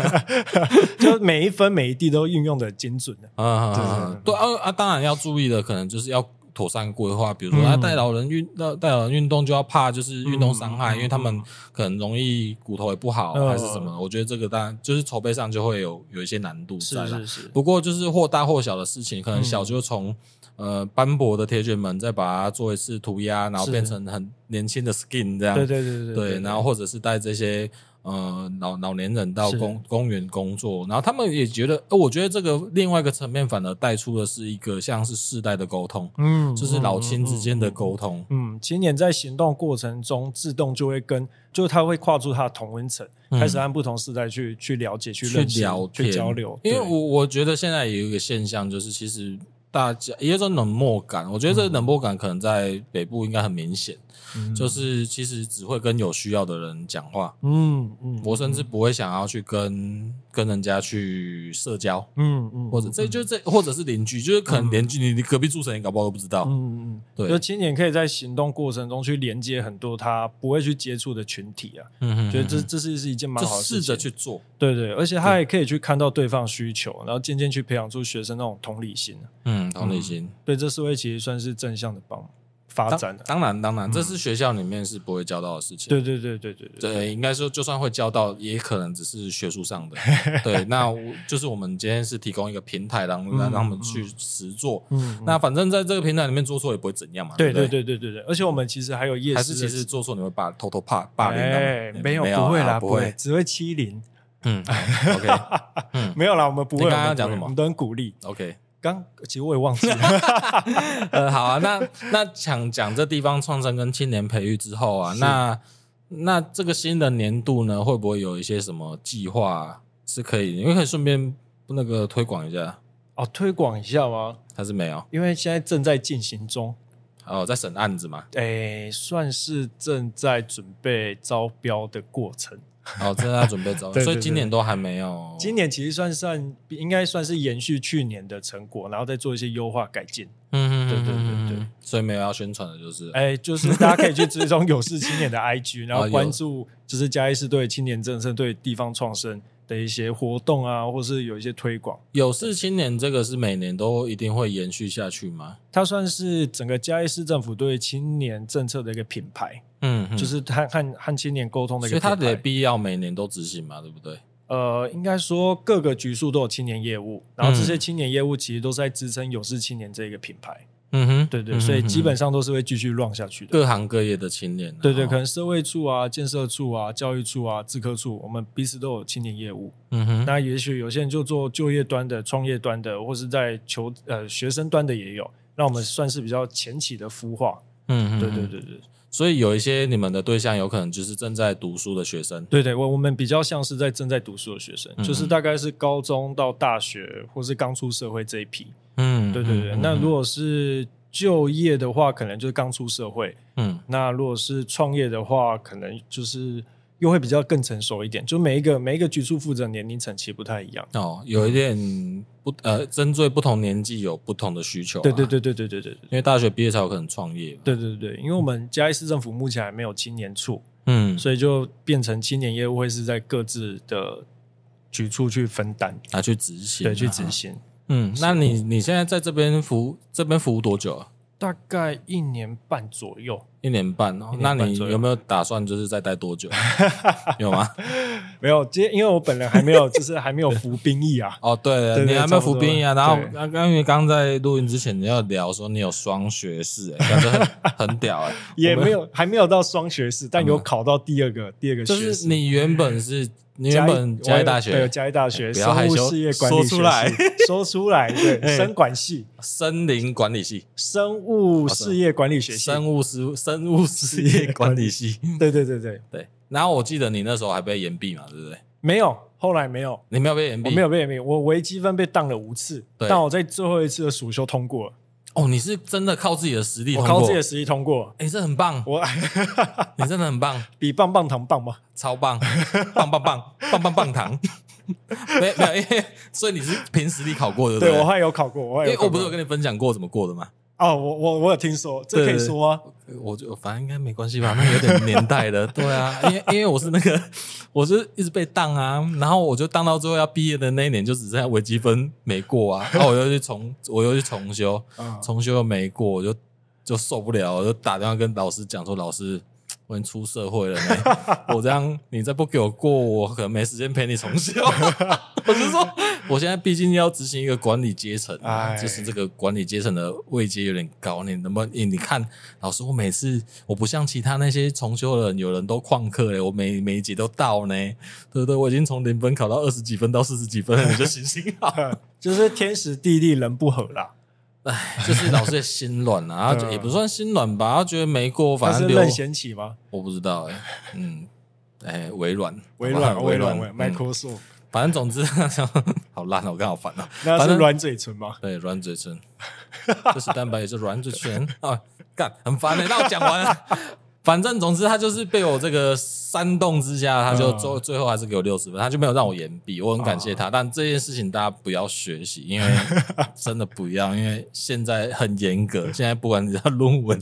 Speaker 2: 就
Speaker 1: 嗯
Speaker 2: 每一分每一地都运用的精准的。
Speaker 1: 啊，对啊啊！当然要注意的，可能就是要妥善规划，比如说
Speaker 2: 嗯
Speaker 1: 他带老人运带带老人运动就要怕就是运动伤害，
Speaker 2: 嗯
Speaker 1: 因为他们可能容易骨头也不好
Speaker 2: 嗯
Speaker 1: 还是什么的，我觉得这个当然就是筹备上就会有有一些难度在
Speaker 2: 是
Speaker 1: 啦。
Speaker 2: 是是，
Speaker 1: 不过就是或大或小的事情，可能小
Speaker 2: 嗯
Speaker 1: 就从、呃斑驳的铁卷门再把它做一次涂鸦，然后
Speaker 2: 是
Speaker 1: 变成很年轻的 skin 这样，
Speaker 2: 对对对对
Speaker 1: 对，然后或者是带这些呃老老年人到
Speaker 2: 是
Speaker 1: 公公园工作，然后他们也觉得，呃我觉得这个另外一个层面反而带出的是一个像是世代的沟通，
Speaker 2: 嗯，
Speaker 1: 就是老亲之间的沟通。
Speaker 2: 嗯，青年在行动过程中自动就会跟，就是他会跨出他的同温层，
Speaker 1: 嗯
Speaker 2: 开始按不同时代去去了解、去
Speaker 1: 去
Speaker 2: 认识、
Speaker 1: 聊天、
Speaker 2: 去交流。
Speaker 1: 因为
Speaker 2: 对
Speaker 1: 我我觉得现在有一个现象，就是其实大家也有一种冷漠感。我觉得这个冷漠感可能在北部应该很明显，
Speaker 2: 嗯
Speaker 1: 就是其实只会跟有需要的人讲话，
Speaker 2: 嗯嗯，
Speaker 1: 我甚至不会想要去跟跟人家去社交。
Speaker 2: 嗯嗯，
Speaker 1: 或者这就这，或者是邻居，就是可能邻居你你隔壁住谁，你搞不好都不知道。
Speaker 2: 嗯嗯
Speaker 1: 对
Speaker 2: 嗯，就青年可以在行动过程中去连接很多他不会去接触的群体啊，
Speaker 1: 嗯
Speaker 2: 觉得这这是是一件蛮
Speaker 1: 就
Speaker 2: 好的事
Speaker 1: 试
Speaker 2: 情。
Speaker 1: 着去做，
Speaker 2: 对对，而且他也可以去看到对方需求，然后渐渐去培养出学生那种同理心啊。
Speaker 1: 嗯，同理心。
Speaker 2: 对这社会其实算是正向的帮发展
Speaker 1: 当
Speaker 2: 的、
Speaker 1: 当然当然，这是学校里面是不会教到的事情。
Speaker 2: 对对对对对对，
Speaker 1: 对，应该说就算会教到，也可能只是学术
Speaker 2: [laughs]
Speaker 1: 上的。对，那我就是我们今天是提供一个平台，让让
Speaker 2: 嗯
Speaker 1: 他们去实做。
Speaker 2: 嗯，嗯
Speaker 1: 那反正在这个平台里面做错也不会怎样嘛。
Speaker 2: 对
Speaker 1: 对
Speaker 2: 对
Speaker 1: 不对，
Speaker 2: 对对对对，而且我们其实还有夜市的，
Speaker 1: 还是其实做错你会霸偷偷霸霸凌他
Speaker 2: 哎
Speaker 1: 们？
Speaker 2: 没有
Speaker 1: 啊
Speaker 2: 不会啦，
Speaker 1: 不
Speaker 2: 会，。只会欺凌，
Speaker 1: 嗯，OK
Speaker 2: [laughs]
Speaker 1: 嗯
Speaker 2: 没有啦，我们不会。
Speaker 1: 你刚刚
Speaker 2: 我们不会
Speaker 1: 讲什么
Speaker 2: 我们都很鼓励。
Speaker 1: OK，
Speaker 2: 刚其实我也忘
Speaker 1: [laughs]
Speaker 2: 记了，
Speaker 1: 呃，好啊，那那讲讲这地方创生跟青年培育之后啊，
Speaker 2: 是
Speaker 1: 那那这个新的年度呢，会不会有一些什么计划是可以？因为可以顺便那个推广一下，
Speaker 2: 哦，推广一下吗？
Speaker 1: 还是没有？
Speaker 2: 因为现在正在进行中，
Speaker 1: 哦，在审案子嘛。
Speaker 2: 诶，算是正在准备招标的过程。
Speaker 1: 哦，正在准备招，
Speaker 2: [laughs] 对对
Speaker 1: 所以今年都还没有。
Speaker 2: 今年其实算算应该算是延续去年的成果，然后再做一些优化改进。 [laughs]
Speaker 1: 嗯，嗯
Speaker 2: 对对对，
Speaker 1: 嗯嗯
Speaker 2: 对
Speaker 1: 嗯所以没有要宣传的就是，
Speaker 2: 哎，就是大家可以去追踪有事青年的
Speaker 1: [laughs]
Speaker 2: IG，然
Speaker 1: 啊
Speaker 2: 后
Speaker 1: 有
Speaker 2: 关注就是嘉义市对青年政策、对地方创生的一些活动啊，或是有一些推广。
Speaker 1: 有事青年这个是每年都一定会延续下去吗？
Speaker 2: 它算是整个嘉义市政府对青年政策的一个品牌，
Speaker 1: 嗯，嗯
Speaker 2: 就是和和和青年沟通的一
Speaker 1: 所
Speaker 2: 个
Speaker 1: 以
Speaker 2: 品
Speaker 1: 它得
Speaker 2: 牌。
Speaker 1: 必要每年都执行嘛，对不对？
Speaker 2: 呃，应该说各个局处都有青年业务，然后这些青年业务其实都是在支撑有事青年这个品牌。
Speaker 1: 嗯哼，
Speaker 2: 对对，
Speaker 1: 嗯哼
Speaker 2: 所以
Speaker 1: 嗯哼
Speaker 2: 基本上都是会继续 run 下去的。
Speaker 1: 各行各业的青年啊，
Speaker 2: 对对，
Speaker 1: 哦
Speaker 2: 可能社会处啊、建设处啊、教育处啊、自科处，我们彼此都有青年业务。
Speaker 1: 嗯哼，
Speaker 2: 那也许有些人就做就业端的、创业端的，或是在求呃学生端的也有。那我们算是比较前期的孵化。
Speaker 1: 嗯，嗯
Speaker 2: 对对。
Speaker 1: 嗯
Speaker 2: 对对
Speaker 1: 所以有一些你们的对象有可能就是正在读书的学生，
Speaker 2: 对对，我我们比较像是在正在读书的学生，
Speaker 1: 嗯
Speaker 2: 就是大概是高中到大学，或是刚出社会这一批。
Speaker 1: 嗯，
Speaker 2: 对对对，
Speaker 1: 嗯
Speaker 2: 那如果是就业的话，可能就是刚出社会；
Speaker 1: 嗯
Speaker 2: 那如果是创业的话，可能就是又会比较更成熟一点。就每一个每一个局处负责年龄层其实不太一样。
Speaker 1: 哦，有一点不呃，针对不同年纪有不同的需求，啊
Speaker 2: 对对，对对对对对对
Speaker 1: 因为大学毕业才有可能创业嘛，
Speaker 2: 对对对，因为我们嘉义市政府目前还没有青年处，
Speaker 1: 嗯，
Speaker 2: 所以就变成青年业务会是在各自的局处去分担，
Speaker 1: 拿去执行啊，
Speaker 2: 对，去执行。
Speaker 1: 嗯，那你你现在在这边服这边服务多久啊？
Speaker 2: 大概一年半左右，
Speaker 1: 一年半哦。
Speaker 2: 一
Speaker 1: 那
Speaker 2: 年半
Speaker 1: 你
Speaker 2: 左右
Speaker 1: 有没有打算就是再待多久？有吗？
Speaker 2: 没有，今天因为我本人还没有，就是还没有服兵役啊。
Speaker 1: 哦，对了，
Speaker 2: 对对
Speaker 1: 你还没有服兵役啊？然
Speaker 2: 差
Speaker 1: 后
Speaker 2: 不多对
Speaker 1: 刚刚因为刚在录音之前你要聊说你有双学士，哎，感觉
Speaker 2: [laughs]
Speaker 1: 很很屌哎。
Speaker 2: 也
Speaker 1: 我们
Speaker 2: 没有，还没有到双学士，但有考到第二个第二个
Speaker 1: 就
Speaker 2: 学
Speaker 1: 是
Speaker 2: 士。
Speaker 1: 你原本是你原
Speaker 2: 嘉义
Speaker 1: 本嘉义大
Speaker 2: 对
Speaker 1: 学哎
Speaker 2: 嘉义大学
Speaker 1: 不要害
Speaker 2: 生
Speaker 1: 羞
Speaker 2: 物事业管理学系
Speaker 1: 说出来，
Speaker 2: 说出来，对，
Speaker 1: [laughs] 哎
Speaker 2: 生管系
Speaker 1: 森林管理系、
Speaker 2: 生物事业管理学系，
Speaker 1: 生物师生物事业管理系。
Speaker 2: 对对对对，
Speaker 1: 对，然后我记得你那时候还被延毕嘛，对不对？
Speaker 2: 没有，后来没有，
Speaker 1: 你没有被延
Speaker 2: 我
Speaker 1: 毕，
Speaker 2: 没有被没有，我微积分被当了五次，
Speaker 1: 对
Speaker 2: 但我在最后一次的暑修通过了，
Speaker 1: 哦，你是真的靠自己的实力
Speaker 2: 我
Speaker 1: 通
Speaker 2: 靠
Speaker 1: 过
Speaker 2: 自己的。实力通过了，
Speaker 1: 哎、这很棒，
Speaker 2: 我 [laughs]
Speaker 1: 你真的很棒，
Speaker 2: 比棒棒糖棒吗？
Speaker 1: 超
Speaker 2: [laughs]
Speaker 1: 棒，棒棒棒，棒棒棒糖。 [laughs] 没有没有，因为所以你是凭实力考过的，
Speaker 2: 对
Speaker 1: 不
Speaker 2: 我还有考过，我还
Speaker 1: 因为
Speaker 2: 有考过
Speaker 1: 我不是有跟你分享过怎么过的吗？
Speaker 2: 哦，我我我有听说，这可以说啊，
Speaker 1: 我就反正应该没关系吧，那有点年代的，对 [laughs] 啊，因为因为我是那个，我是一直被当啊，然后我就当到最后要毕业的那一年，就只剩下微积分没过啊，然后我又去重，我又去重修，
Speaker 2: 嗯
Speaker 1: 重修又没过，我就就受不了，我就打电话跟老师讲说，老师，我已经出社会了呢，
Speaker 2: [laughs]
Speaker 1: 我这样你再不给我过，我可能没时间陪你重
Speaker 2: [laughs]
Speaker 1: 修。我是说，我现在毕竟要执行一个管理阶层啊，
Speaker 2: 哎
Speaker 1: 就是这个管理阶层的位阶有点高，你能不能？你你看，老师，我每次我不像其他那些重修的人，有人都旷课嘞，我每每一节都到呢，对不对？我已经从零分考到二十几分到四十几分了，你就啊行行好。
Speaker 2: 呃就是天时地利人不和啦，
Speaker 1: 就是老师也心软啊，他
Speaker 2: 对啊
Speaker 1: 就也不算心软吧，他觉得没过，
Speaker 2: 他
Speaker 1: 反
Speaker 2: 是
Speaker 1: 正溜，
Speaker 2: 任贤齐吗？
Speaker 1: 我不知道哎、嗯，哎、微软，
Speaker 2: 微
Speaker 1: 好
Speaker 2: 软，
Speaker 1: 吧
Speaker 2: 微
Speaker 1: 微
Speaker 2: 软
Speaker 1: 软
Speaker 2: 微软
Speaker 1: 嗯
Speaker 2: ，Microsoft，
Speaker 1: 反正总之 [laughs] 好烂哦，我刚好烦了。
Speaker 2: 那
Speaker 1: 反
Speaker 2: 是
Speaker 1: 正
Speaker 2: 软嘴唇吗？
Speaker 1: 对，软嘴唇，这是蛋白也是软嘴唇啊，干很烦的、欸。那我讲完了，反正总之他就是被我这个煽动之下，他就
Speaker 2: 嗯啊
Speaker 1: 最后最后还是给我六十分，他就没有让我延毕，我很感谢他。但这件事情大家不要学习，因为真的不要，因为现在很严格，现在不管你要论文，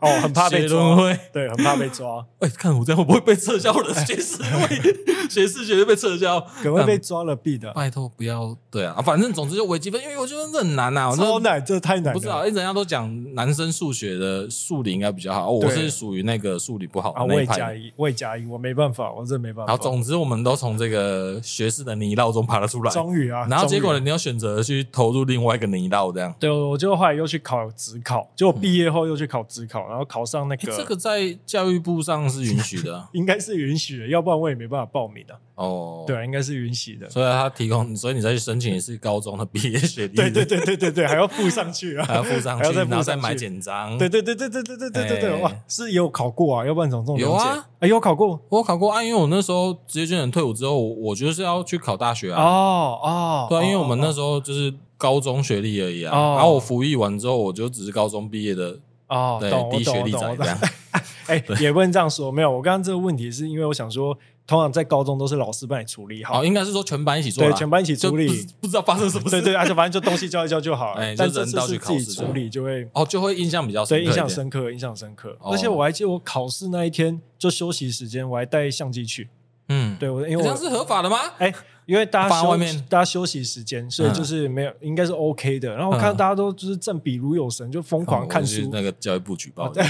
Speaker 2: 哦，很怕被
Speaker 1: 学论
Speaker 2: 抓，
Speaker 1: 文。
Speaker 2: 对，很怕被抓，
Speaker 1: 哎、看我这样会不会被撤销我的
Speaker 2: 哎
Speaker 1: [laughs] 学士位？ [laughs] 学士学位被撤销，
Speaker 2: 可能会被抓了币的，
Speaker 1: 拜托不要对啊！反正总之就微积分，因为我觉得这很难呐、啊，我真的
Speaker 2: 超难，这太难
Speaker 1: 不知啊道，
Speaker 2: 了
Speaker 1: 因为人家都讲男生数学的数理应该比较好，哦我
Speaker 2: 对
Speaker 1: 是属于那个数理不好的
Speaker 2: 啊！
Speaker 1: 那
Speaker 2: 我
Speaker 1: 一
Speaker 2: 也
Speaker 1: 派
Speaker 2: 加
Speaker 1: 的。
Speaker 2: 一，我也加一，我没办法，我真的没办
Speaker 1: 然
Speaker 2: 法。
Speaker 1: 后总之，我们都从这个学士的泥淖中爬了出来。
Speaker 2: 终于啊，
Speaker 1: 然后结果
Speaker 2: 终于
Speaker 1: 呢，你又选择去投入另外一个泥淖，这样。
Speaker 2: 对，我就后来又去考职考，就毕业后又去考职考，然后考上那
Speaker 1: 诶
Speaker 2: 个，
Speaker 1: 这个在教育部上是允许
Speaker 2: [laughs]
Speaker 1: 的啊
Speaker 2: 应该是允许的，要不然我也没办法报名的。
Speaker 1: 哦。，
Speaker 2: 对，应该是允许的。
Speaker 1: 所以他提供，所以你再去申请也是高中的毕业学历，
Speaker 2: 对对，对对对对，还要附上去
Speaker 1: 还
Speaker 2: 啊！
Speaker 1: 要附上
Speaker 2: 还
Speaker 1: 去，
Speaker 2: 要再附
Speaker 1: 然后再
Speaker 2: 上
Speaker 1: 买
Speaker 2: 去
Speaker 1: 简章。
Speaker 2: 对对对对对对对对对对，
Speaker 1: 哎
Speaker 2: 哇，是有考过啊，要不然怎么这种
Speaker 1: 有啊
Speaker 2: 哎，有考过
Speaker 1: 我考过啊，因为我那时候职业军人退伍之后，我我就是要去考大学
Speaker 2: 哦
Speaker 1: 啊。
Speaker 2: 哦，
Speaker 1: 对啊，因为我们那
Speaker 2: 哦
Speaker 1: 时候就是高中学历而已啊。
Speaker 2: 哦
Speaker 1: 然后我服役完之后，我就只是高中毕业的，
Speaker 2: 哦，
Speaker 1: 对
Speaker 2: 懂，我
Speaker 1: 低
Speaker 2: 懂
Speaker 1: 学
Speaker 2: 我
Speaker 1: 历
Speaker 2: 懂，
Speaker 1: 仔这
Speaker 2: 我懂
Speaker 1: 样。。
Speaker 2: 哎，也不能这样说，没有，我刚刚这个问题是因为我想说，通常在高中都是老师帮你处理好
Speaker 1: 好，，应该是说全班一起哦做啦，
Speaker 2: 对，全班一起
Speaker 1: 就
Speaker 2: 处
Speaker 1: 不
Speaker 2: 理
Speaker 1: 知，不知道发生什么
Speaker 2: [laughs] 对
Speaker 1: 事，
Speaker 2: 对，而且反正就东西交一交 [laughs] 就好了。
Speaker 1: 哎就
Speaker 2: 但这
Speaker 1: 人
Speaker 2: 次
Speaker 1: 到去
Speaker 2: 是
Speaker 1: 考
Speaker 2: 自
Speaker 1: 试
Speaker 2: 己处理就会，
Speaker 1: 哦，就会印象比较深
Speaker 2: 所
Speaker 1: 刻
Speaker 2: 以
Speaker 1: 一
Speaker 2: 印
Speaker 1: 点。
Speaker 2: 象深刻，印象深刻。
Speaker 1: 哦
Speaker 2: 而且我还记得我考试那一天，就休息时间，我还带相机去。
Speaker 1: 嗯，
Speaker 2: 对，我
Speaker 1: 诶，
Speaker 2: 因为
Speaker 1: 这
Speaker 2: 我
Speaker 1: 样是合法的吗？
Speaker 2: 哎，因为大家
Speaker 1: 放在
Speaker 2: 休
Speaker 1: 外面嗯
Speaker 2: 大家休息时间，所以就是没有，应该是 OK 的。然后我看到大家都就是正比如有神，就疯狂看
Speaker 1: 哦我去
Speaker 2: 书，
Speaker 1: 那个教育部举
Speaker 2: [laughs]
Speaker 1: 报的。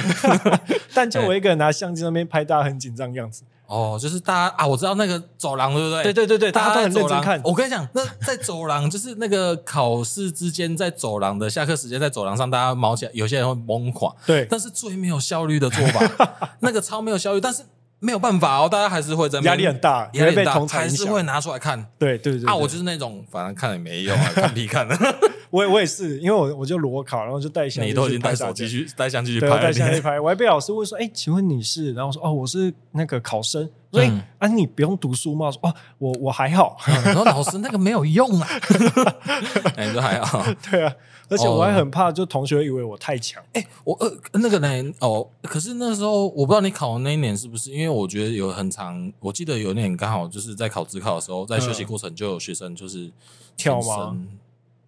Speaker 2: 但就我一个人拿相机在那边拍，大家很紧张的样子。
Speaker 1: 哦，就是大家啊，我知道那个走廊，对不对？
Speaker 2: 对对对对，大家都
Speaker 1: 在
Speaker 2: 很认
Speaker 1: 走
Speaker 2: 真
Speaker 1: 廊
Speaker 2: 看。
Speaker 1: 我跟你讲，那在走廊 [laughs] 就是那个考试之间，在走廊的下课时间，在走廊上，大家毛起来，有些人会懵垮，
Speaker 2: 对，
Speaker 1: 但是最没有效率的做法，那个超没有效率，但是没有办法哦，大家还是会在那边
Speaker 2: 压力很，大，你
Speaker 1: 压
Speaker 2: 会
Speaker 1: 力很
Speaker 2: 被
Speaker 1: 大，
Speaker 2: 同才
Speaker 1: 还
Speaker 2: 影
Speaker 1: 是
Speaker 2: 响。
Speaker 1: 会拿出来看。
Speaker 2: 对对对对
Speaker 1: 啊，我就是那种，反正看了也没用啊，看屁看
Speaker 2: [laughs]
Speaker 1: 的。
Speaker 2: 我也我也是，因为我我就裸考，然后就带相
Speaker 1: [laughs]
Speaker 2: 机
Speaker 1: 你
Speaker 2: 去
Speaker 1: 都已经
Speaker 2: 拍
Speaker 1: 带
Speaker 2: 大
Speaker 1: 手
Speaker 2: 家
Speaker 1: 机去带相机去
Speaker 2: 对，
Speaker 1: 拍
Speaker 2: 我
Speaker 1: 了，
Speaker 2: 带相机
Speaker 1: 你
Speaker 2: 拍，我还被老师问说：“哎、请问你是？”然后我说：“哦，我是那个考生。”我说：“哎、
Speaker 1: 嗯
Speaker 2: 啊，你不用读书吗？”我说：“哦，我我还好。 [laughs]
Speaker 1: 嗯然后老师那个没有用啊， [laughs] 哎，都还好。”
Speaker 2: 对啊，而且
Speaker 1: 哦
Speaker 2: 我还很怕，就同学以为我太强。
Speaker 1: 哎、我呃那个呢，哦，可是那时候我不知道你考的那一年是不是，因为我觉得有很长，我记得有一年刚好就是在考职考的时候，在休息过程就有学生就是
Speaker 2: 嗯跳
Speaker 1: 轻
Speaker 2: 吗
Speaker 1: 生？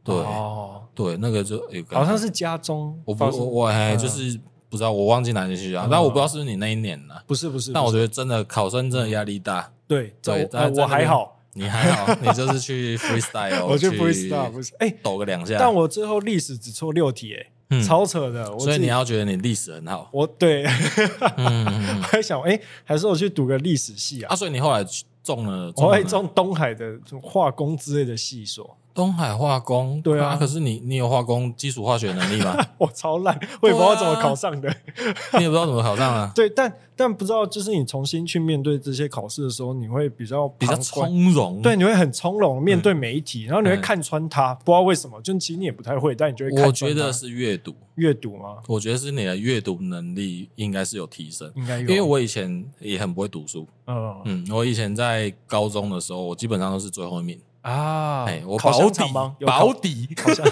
Speaker 1: 对、
Speaker 2: 哦，
Speaker 1: 对，那个就有个
Speaker 2: 好像是嗯家中
Speaker 1: 我不
Speaker 2: 发
Speaker 1: 我
Speaker 2: 生，
Speaker 1: 我还就是不知道，我忘记哪年学校，
Speaker 2: 嗯
Speaker 1: 但我不知道是不是你那一年了、
Speaker 2: 不是不是，
Speaker 1: 但我
Speaker 2: 不
Speaker 1: 觉
Speaker 2: 是
Speaker 1: 得真的考生真的压力大，
Speaker 2: 对，
Speaker 1: 对
Speaker 2: 在我
Speaker 1: 在
Speaker 2: 呃
Speaker 1: 在
Speaker 2: 我
Speaker 1: 那边
Speaker 2: 还好，
Speaker 1: 你还好，你就是
Speaker 2: [laughs]
Speaker 1: 去 freestyle，
Speaker 2: 我
Speaker 1: 哦去
Speaker 2: 就不会 star 不是哎、
Speaker 1: 抖个两下，
Speaker 2: 但我最后历史只错六题、哎、
Speaker 1: 嗯
Speaker 2: 超扯的。我
Speaker 1: 所以
Speaker 2: 自己
Speaker 1: 你要觉得你历史很好，
Speaker 2: 我对，
Speaker 1: 嗯嗯
Speaker 2: 我
Speaker 1: 嗯
Speaker 2: 还想哎、还是我去读个历史系啊
Speaker 1: 啊，。所以你后来去中了，
Speaker 2: 我
Speaker 1: 了
Speaker 2: 会
Speaker 1: 哪
Speaker 2: 中东海的什么化工之类的系所， [laughs]
Speaker 1: 东海化工，
Speaker 2: 对啊
Speaker 1: 可是你你有化工基础化学能力
Speaker 2: [laughs]
Speaker 1: 吗？
Speaker 2: 我超烂，我也不知道怎么考上的。
Speaker 1: 嗯你也不知道怎么考上啊，
Speaker 2: 对，但但不知道，就是你重新去面对这些考试的时候，你会比较
Speaker 1: 比较
Speaker 2: 旁观，
Speaker 1: 从容。
Speaker 2: 对，，你会很从容面对每一题，然后你会
Speaker 1: 嗯
Speaker 2: 看穿它。不知道为什么，就其实你也不太会，但你就会看穿它。
Speaker 1: 我觉得是阅读，
Speaker 2: 阅读吗？
Speaker 1: 我觉得是你的阅读能力应该是有提升，
Speaker 2: 应该有，
Speaker 1: 因为我以前也很不会读书，
Speaker 2: 嗯
Speaker 1: 嗯，我以前在高中的时候，我基本上都是最后一名， [laughs]
Speaker 2: 啊，
Speaker 1: 哎，我
Speaker 2: 考
Speaker 1: 保
Speaker 2: 香
Speaker 1: 底
Speaker 2: 肠吗？有
Speaker 1: 保
Speaker 2: 考
Speaker 1: 底，
Speaker 2: 考 [laughs] 香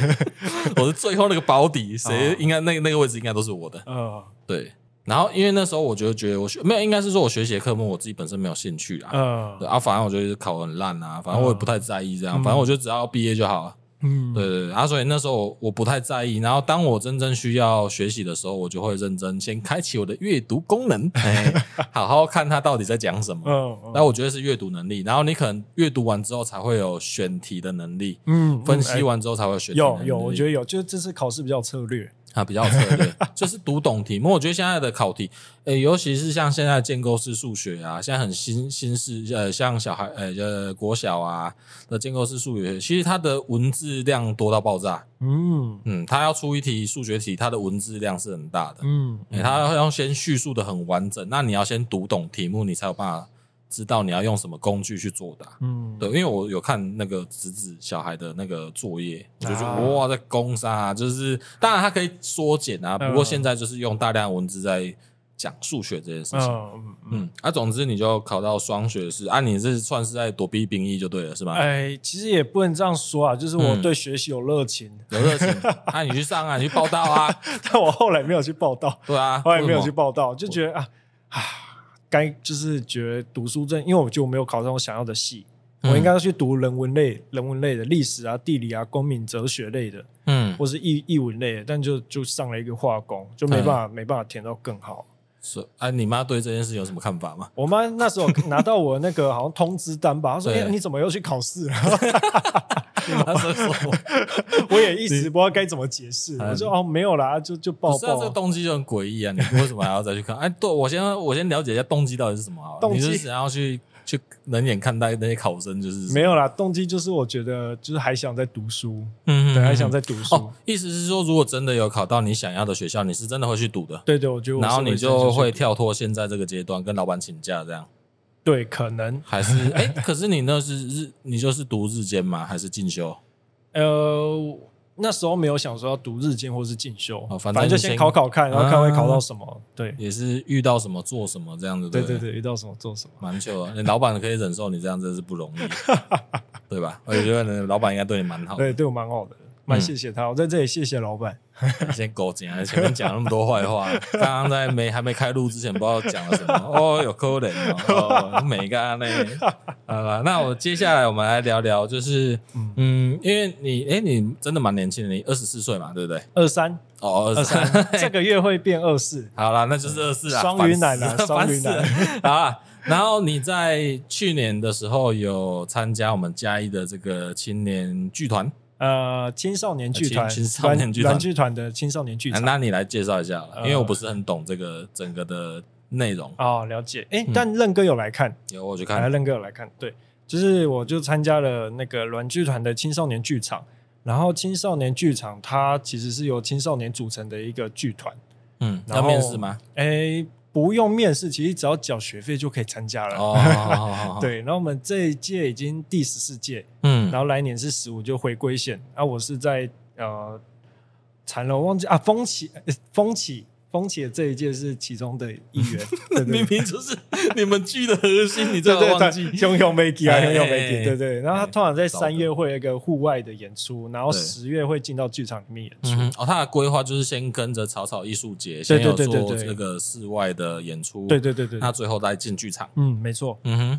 Speaker 1: 我是最后那个保底，谁
Speaker 2: 哦
Speaker 1: 应该那个那个位置应该都是我的，
Speaker 2: 呃
Speaker 1: 对。然后因为那时候我就觉得我学没有，应该是说我学习的科目我自己本身没有兴 [laughs] 趣啦，对
Speaker 2: 呃，
Speaker 1: 啊啊，反正我就是考得很烂啊，反正我也不太在意这样，
Speaker 2: 嗯
Speaker 1: 反正我就只要毕业就好了。
Speaker 2: 嗯，
Speaker 1: 对对对，啊，所以那时候我我不太在意，然后当我真正需要学习的时候，我就会认真先开启我的阅读功
Speaker 2: [laughs]
Speaker 1: 能，哎，好好看他到底在讲什么。
Speaker 2: 嗯，
Speaker 1: 那我觉得是阅读能力，然后你可能阅读完之后才会有选题的能力，
Speaker 2: 嗯嗯
Speaker 1: 分析
Speaker 2: 哎
Speaker 1: 完之后才会有选题能力。
Speaker 2: 有有，我觉得有，就是这次考试比较有策略，
Speaker 1: 啊，比较有策略，就是读懂题目。我觉得现在的考题，呃，尤其是像现在建构式数学啊，现在很新新式，呃，像小孩，呃，呃国小啊的建构式数学，其实它的文字量多到爆炸。
Speaker 2: 嗯
Speaker 1: 嗯，它要出一题数学题，它的文字量是很大的，
Speaker 2: 嗯，
Speaker 1: 欸它要先叙述的很完整。那你要先读懂题目，你才有办法知道你要用什么工具去作答。
Speaker 2: 嗯
Speaker 1: 对，因为我有看那个侄子小孩的那个作业，我就觉
Speaker 2: 啊
Speaker 1: 得哇，在攻杀、啊就是当然他可以缩减啊，
Speaker 2: 嗯
Speaker 1: 不过现在就是用大量文字在讲数学这件事情。
Speaker 2: 嗯嗯
Speaker 1: 嗯，啊，总之你就考到双学士啊，你是算是在躲避兵役就对了，是吧？
Speaker 2: 哎，其实也不能这样说啊，就是我
Speaker 1: 嗯
Speaker 2: 对学习有热情， [laughs]
Speaker 1: 有热情，啊，你去上啊，你去报道啊，
Speaker 2: 但我后来没有去报道，
Speaker 1: 对啊，
Speaker 2: 后来没有
Speaker 1: 为
Speaker 2: 去
Speaker 1: 什么
Speaker 2: 报道，就觉得啊啊，该就是觉得读书证，因为我就没有考上我想要的系，
Speaker 1: 嗯
Speaker 2: 我应该要去读人文类、人文类的历史啊、地理啊、公民哲学类的，
Speaker 1: 嗯，
Speaker 2: 或是艺艺文类的，但就就上了一个化工，就没办法、没办法填到更好。
Speaker 1: 是啊，你妈对这件事有什么看
Speaker 2: [laughs]
Speaker 1: 法吗？
Speaker 2: 我妈
Speaker 1: [laughs]
Speaker 2: 那时候拿到我那个好像通知单吧，她说：“哎、
Speaker 1: 对
Speaker 2: 你怎么又去考试了啊
Speaker 1: 她是说，？”
Speaker 2: [laughs] 我也一时不知道该怎么解释，
Speaker 1: 嗯
Speaker 2: 我说：“哦，没有啦，就就
Speaker 1: 不
Speaker 2: 报
Speaker 1: 是啊，这
Speaker 2: 报
Speaker 1: 个
Speaker 2: 啊。
Speaker 1: 动机就很诡异啊！你为什么还要再去看？哎，对我先我先了解一下动机到底是什么好了。
Speaker 2: 动机
Speaker 1: 你是想要去去冷眼看待那些考生，就是
Speaker 2: 没有啦，动机就是我觉得就是还想再读书，
Speaker 1: 嗯
Speaker 2: 对，还想再读书。
Speaker 1: 哦，意思是说，如果真的有考到你想要的学校，你是真的会去读的，
Speaker 2: 对对，我觉得我是
Speaker 1: 然后
Speaker 2: 会
Speaker 1: 你
Speaker 2: 这样
Speaker 1: 就
Speaker 2: 去
Speaker 1: 会
Speaker 2: 读
Speaker 1: 跳脱现在这个阶段，跟老板请假这样，
Speaker 2: 对，可能
Speaker 1: 还是哎？可是你那是日，你就是读日间吗？还是进修？
Speaker 2: 呃那时候没有想说要读日间或是进修，
Speaker 1: 哦
Speaker 2: 反
Speaker 1: 反
Speaker 2: 正
Speaker 1: 正
Speaker 2: 就
Speaker 1: 你
Speaker 2: 先
Speaker 1: 先
Speaker 2: 考考看，然后看会考到
Speaker 1: 啊
Speaker 2: 什么。对
Speaker 1: 也是遇到什么做什么这样子？
Speaker 2: 对
Speaker 1: 不
Speaker 2: 对对，遇到什么做什么。
Speaker 1: 蛮久了，啊你老板可以忍受你这样，真的是不容易，对吧？我觉得你老板应该对你蛮好的，
Speaker 2: 对，对我蛮好的，蛮
Speaker 1: 嗯
Speaker 2: 谢谢他，我在这里谢谢老板。
Speaker 1: 先狗讲，前面讲那么多坏话，刚刚在没还没开录之前，不知道讲了什么。哦，有可能哦，哦没干嘞。好了，那我接下来我们来聊聊，就是
Speaker 2: 嗯
Speaker 1: 嗯，因为你哎，你真的蛮年轻的，你二十四岁嘛，对不对？
Speaker 2: 二三
Speaker 1: 哦，
Speaker 2: 二
Speaker 1: 二
Speaker 2: 三， [laughs] 这个月会变二四。
Speaker 1: 好啦，那就是二四啦，
Speaker 2: 双鱼男啊
Speaker 1: 烦死了
Speaker 2: 双鱼
Speaker 1: 烦
Speaker 2: 男。
Speaker 1: 死了 [laughs] 好啦，然后你在去年的时候有参加我们嘉义的这个青年剧团，
Speaker 2: 呃，青少年剧团、
Speaker 1: 啊青青少年
Speaker 2: 软
Speaker 1: 剧团
Speaker 2: 软剧团的青少年剧
Speaker 1: 啊
Speaker 2: 场。
Speaker 1: 那你来介绍一下好了，
Speaker 2: 呃
Speaker 1: 因为我不是很懂这个整个的内容。
Speaker 2: 哦，了解。哎，
Speaker 1: 嗯
Speaker 2: 但任哥有来看，
Speaker 1: 有我去
Speaker 2: 来
Speaker 1: 看，
Speaker 2: 任哥有来看，对，就是我就参加了那个软剧团的青少年剧场，然后青少年剧场它其实是由青少年组成的一个剧团，
Speaker 1: 嗯，
Speaker 2: 然
Speaker 1: 要
Speaker 2: 后
Speaker 1: 面试吗？
Speaker 2: 哎，不用面试，其实只要缴学费就可以参加了。
Speaker 1: 哦，好好好好，
Speaker 2: [laughs] 对，然后我们这一届已经第十四届，
Speaker 1: 嗯
Speaker 2: 然，后来年是十五就回归线。啊，我是在呃残了，我忘记啊，风起呃风起风起的这一届是其中的一
Speaker 1: [laughs]
Speaker 2: 员，对对对
Speaker 1: 明明就是你们剧的核
Speaker 2: [laughs]
Speaker 1: 心，你这
Speaker 2: 对
Speaker 1: 个
Speaker 2: 对
Speaker 1: 忘
Speaker 2: 对，
Speaker 1: 记。
Speaker 2: 熊熊 m a k 啊，
Speaker 1: 哎
Speaker 2: 熊熊 m
Speaker 1: 哎
Speaker 2: a
Speaker 1: 哎
Speaker 2: k 对对。然后他
Speaker 1: 哎
Speaker 2: 通常在
Speaker 1: 糟糕
Speaker 2: 三月会有一个户外的演出，然后
Speaker 1: 对
Speaker 2: 十月会进到剧场里面演
Speaker 1: 嗯
Speaker 2: 出。
Speaker 1: 哼，哦，他的规划就是先跟着草草艺术节，
Speaker 2: 对
Speaker 1: 先
Speaker 2: 对
Speaker 1: 有
Speaker 2: 对对
Speaker 1: 做
Speaker 2: 对
Speaker 1: 这个室外的演出，
Speaker 2: 对对对对，对
Speaker 1: 那最后再进剧场。
Speaker 2: 嗯，没错。
Speaker 1: 嗯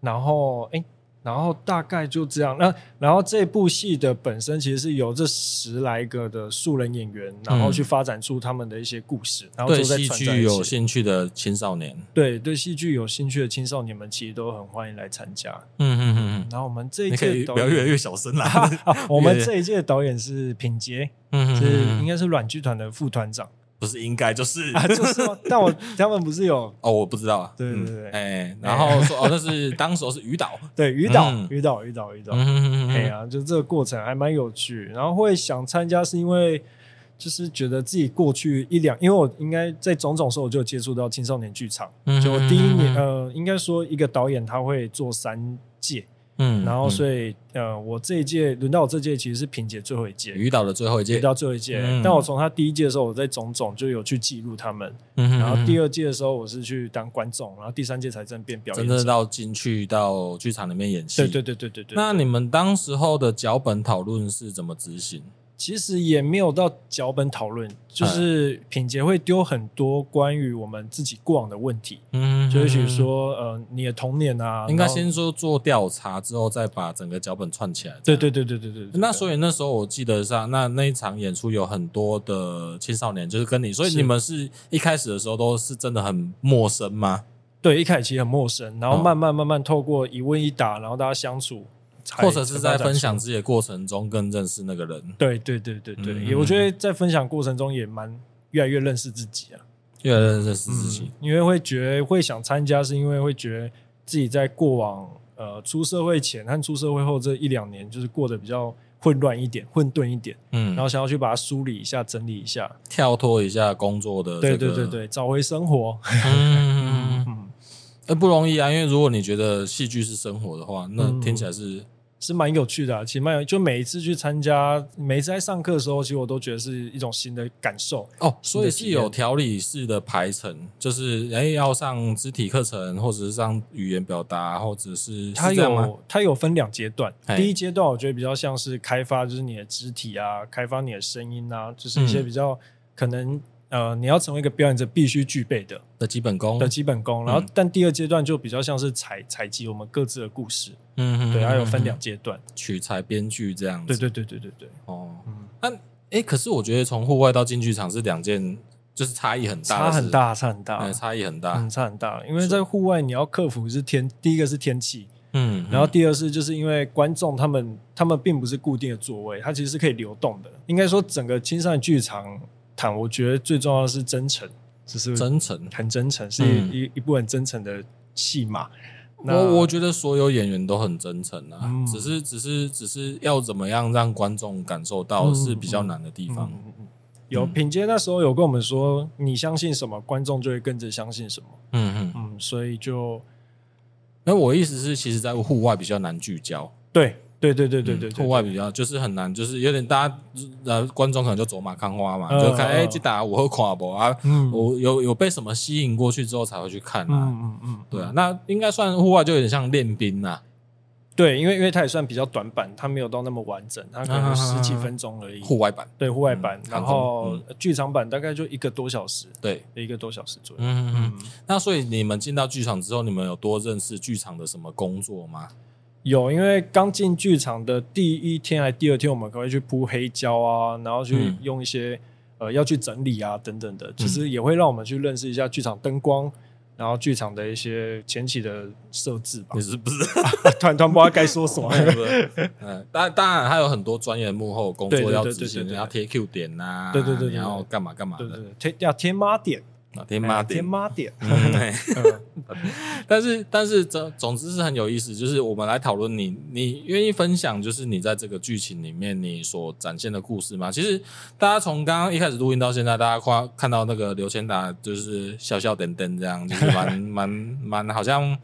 Speaker 2: 然后哎，然后大概就这样。那然后这部戏的本身其实是由这十来个的素人演员，然后去发展出他们的一些故事，然
Speaker 1: 哼，
Speaker 2: 后
Speaker 1: 嗯对
Speaker 2: 都在
Speaker 1: 戏
Speaker 2: 串在
Speaker 1: 剧有
Speaker 2: 一起。
Speaker 1: 兴趣的青少年，
Speaker 2: 对对，戏剧有兴趣的青少年们其实都很欢迎来参加。
Speaker 1: 嗯嗯嗯
Speaker 2: 然后我们这
Speaker 1: 嗯，
Speaker 2: 一
Speaker 1: 你可
Speaker 2: 届
Speaker 1: 以
Speaker 2: 导
Speaker 1: 不要越来
Speaker 2: [laughs] 演，
Speaker 1: 越小声啦。 [laughs]
Speaker 2: 啊我们
Speaker 1: 越
Speaker 2: 这一届的导演是品杰，
Speaker 1: 嗯
Speaker 2: 是应
Speaker 1: 嗯，
Speaker 2: 该是软剧团的副团长
Speaker 1: 不是应该就是
Speaker 2: 啊，就是吗？ [laughs] 但我他们不是有
Speaker 1: [laughs] 哦，我不知道啊。
Speaker 2: 对对
Speaker 1: 嗯
Speaker 2: 对对
Speaker 1: 哎，然后说哦，那是当时候是余
Speaker 2: [laughs]
Speaker 1: 导。
Speaker 2: 对于导
Speaker 1: 嗯
Speaker 2: 于导于导于导，
Speaker 1: 嗯嗯嗯
Speaker 2: 哎
Speaker 1: 嗯
Speaker 2: 呀，就这个过程还蛮有趣。然后会想参加，是因为就是觉得自己过去一两，因为我应该在种种时候我就有接触到青少年剧场。
Speaker 1: 嗯，
Speaker 2: 就我第一年，
Speaker 1: 嗯，
Speaker 2: 呃，应该说一个导演他会做三届，
Speaker 1: 嗯
Speaker 2: 然后
Speaker 1: 以
Speaker 2: 所以呃，我这一届轮到我这届其实是品姐最后一届，
Speaker 1: 余导的最后一届
Speaker 2: 轮，到最后一届。
Speaker 1: 嗯
Speaker 2: 但我从他第一届的时候，我在种种就有去记录他们，
Speaker 1: 然
Speaker 2: 然后第二届的时候我是去当观众，然后第三届才真变表演
Speaker 1: 真
Speaker 2: 者。
Speaker 1: 正到进去到剧场里面演戏。
Speaker 2: 对对对对对对。
Speaker 1: 那你们当时候的脚本讨论是怎么执行？
Speaker 2: 其实也没有到脚本讨论，
Speaker 1: 嗯
Speaker 2: 就是品杰会丢很多关于我们自己过往的问题，
Speaker 1: 嗯
Speaker 2: 就也许说呃你的童年啊，
Speaker 1: 应该
Speaker 2: 然后
Speaker 1: 先说做调查，之后再把整个脚本串起来。
Speaker 2: 对对对对对对，对
Speaker 1: 那所以那时候我记得上，那那一场演出有很多的青少年，就是跟你，所以
Speaker 2: 是
Speaker 1: 你们是一开始的时候都是真的很陌生吗？
Speaker 2: 对一开始其实很陌生，
Speaker 1: 哦
Speaker 2: 然后慢慢慢慢透过一问一答，然后大家相处，才
Speaker 1: 或者是在
Speaker 2: 慢慢
Speaker 1: 分享自己的过程中更认识那个人，
Speaker 2: 对对对对对，
Speaker 1: 嗯
Speaker 2: 也我觉得在分享过程中也蛮越来越认识自己啊，
Speaker 1: 越来越认识自己？
Speaker 2: 因为会觉得会想参加，是因为会觉得自己在过往呃出社会前和出社会后这一两年，就是过得比较混乱一点、混沌一点，
Speaker 1: 嗯，
Speaker 2: 然后想要去把它梳理一下、整理一下，
Speaker 1: 跳脱一下工作的，
Speaker 2: 对对对，对，找回生活，
Speaker 1: [laughs] 嗯，
Speaker 2: [laughs] 嗯，
Speaker 1: 那不容易啊，因为如果你觉得戏剧是生活的话，那
Speaker 2: 嗯
Speaker 1: 听起来是
Speaker 2: 是蛮有趣的、啊。其实蛮有，就每一次去参加，每一次在上课的时候，其实我都觉得是一种新的感受。
Speaker 1: 哦，所以是有条理式的排程，就是哎要上肢体课程，或者是上语言表达，或者是
Speaker 2: 它
Speaker 1: 是这样吗
Speaker 2: 有它有分两阶段，
Speaker 1: 哎
Speaker 2: 第一阶段我觉得比较像是开发，就是你的肢体啊，开发你的声音啊，就是一些
Speaker 1: 嗯
Speaker 2: 比较可能呃，你要成为一个表演者必须具备的
Speaker 1: 的基本功，
Speaker 2: 的基本功。然后
Speaker 1: 嗯，
Speaker 2: 但第二阶段就比较像是采采集我们各自的故事，
Speaker 1: 嗯，嗯
Speaker 2: 对，它有分两
Speaker 1: 嗯
Speaker 2: 阶段
Speaker 1: 嗯。取材、编剧这样
Speaker 2: 对
Speaker 1: 子，
Speaker 2: 对对对对对，
Speaker 1: 哦，
Speaker 2: 嗯，
Speaker 1: 哎，可是我觉得从户外到进剧场是两件，就是差异很大
Speaker 2: 差
Speaker 1: 的事，
Speaker 2: 很大，差很大
Speaker 1: 哎，，差异很大
Speaker 2: 嗯，，差很大。因为在户外，你要克服是天，第一个是天气，
Speaker 1: 嗯，
Speaker 2: 然后第二是就是因为观众他们他们并不是固定的座位，它其实是可以流动的。应该说整个青少年剧场坦，我觉得最重要的是真诚，就是
Speaker 1: 真诚，
Speaker 2: 很真诚，是
Speaker 1: 嗯
Speaker 2: 一、一部很真诚的戏嘛。那
Speaker 1: 我我觉得所有演员都很真诚啊，
Speaker 2: 嗯
Speaker 1: 只是只是只是要怎么样让观众感受到
Speaker 2: 嗯
Speaker 1: 是比较难的地方。
Speaker 2: 嗯嗯嗯有品杰那时候有跟我们说，你相信什么，观众就会跟着相信什么。
Speaker 1: 嗯嗯，
Speaker 2: 嗯，所以就
Speaker 1: 那我意思是，其实，在户外比较难聚焦，
Speaker 2: 对对对对对对
Speaker 1: 户外比较就是很难，就是有点大家呃观众可能就走马看花嘛，
Speaker 2: 嗯
Speaker 1: 就看
Speaker 2: 嗯
Speaker 1: 哎
Speaker 2: 嗯
Speaker 1: 这打我会垮不啊，
Speaker 2: 嗯
Speaker 1: 我有有被什么吸引过去之后才会去看
Speaker 2: 嗯
Speaker 1: 啊。
Speaker 2: 嗯嗯，
Speaker 1: 对啊，那应该算户外就有点像练兵啊呐、
Speaker 2: 对，因为因为它也算比较短板，它没有到那么完整，它可能十几分钟而已。
Speaker 1: 户外版。
Speaker 2: 对，户外版，
Speaker 1: 嗯
Speaker 2: 然后剧场版大概就一个多小时，
Speaker 1: 对，
Speaker 2: 一个多小时左
Speaker 1: 嗯
Speaker 2: 右。
Speaker 1: 嗯嗯。
Speaker 2: 嗯，
Speaker 1: 那所以你们进到剧场之后，你们有多认识剧场的什么工作吗？
Speaker 2: 有，因为刚进剧场的第一天还第二天，我们可能会去铺黑胶啊，然后去
Speaker 1: 嗯
Speaker 2: 用一些、呃要去整理啊等等的，其实也会让我们去认识一下剧场灯光。然后剧场的一些前期的设置吧
Speaker 1: [laughs] 你，是不是？
Speaker 2: 突然突然不知道该
Speaker 1: [laughs]
Speaker 2: 说什么。
Speaker 1: 嗯，当当然还有很多专业幕后工
Speaker 2: 对
Speaker 1: 作
Speaker 2: 对
Speaker 1: 要
Speaker 2: 对
Speaker 1: 执行，
Speaker 2: 对对
Speaker 1: 你
Speaker 2: 对
Speaker 1: 要贴 Q 点呐，
Speaker 2: 对对对对
Speaker 1: 你
Speaker 2: 对
Speaker 1: 要干嘛干嘛
Speaker 2: 对对哎
Speaker 1: 的，
Speaker 2: 对，天要天妈点，
Speaker 1: 啊贴妈
Speaker 2: 天
Speaker 1: 点。
Speaker 2: 妈点。
Speaker 1: 嗯嘿
Speaker 2: 嗯
Speaker 1: 但是但是总总之是很有意思，就是我们来讨论你你愿意分享，就是你在这个剧情里面你所展现的故事吗？其实大家从刚刚一开始录音到现在，大家夸看到那个刘千达就是笑笑点点这样，就是蛮蛮蛮好像。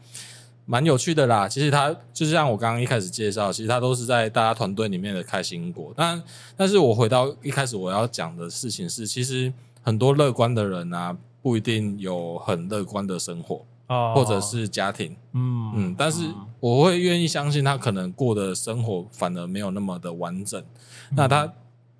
Speaker 1: 蛮有趣的啦，其实他就是像我刚刚一开始介绍，其实他都是在大家团队里面的开心果。但但是我回到一开始我要讲的事情是，其实很多乐观的人啊，不一定有很乐观的生活。
Speaker 2: 啊
Speaker 1: 或者是家庭，
Speaker 2: 嗯
Speaker 1: 嗯，但是我会愿意相信他可能过的生活反而没有那么的完整。那他，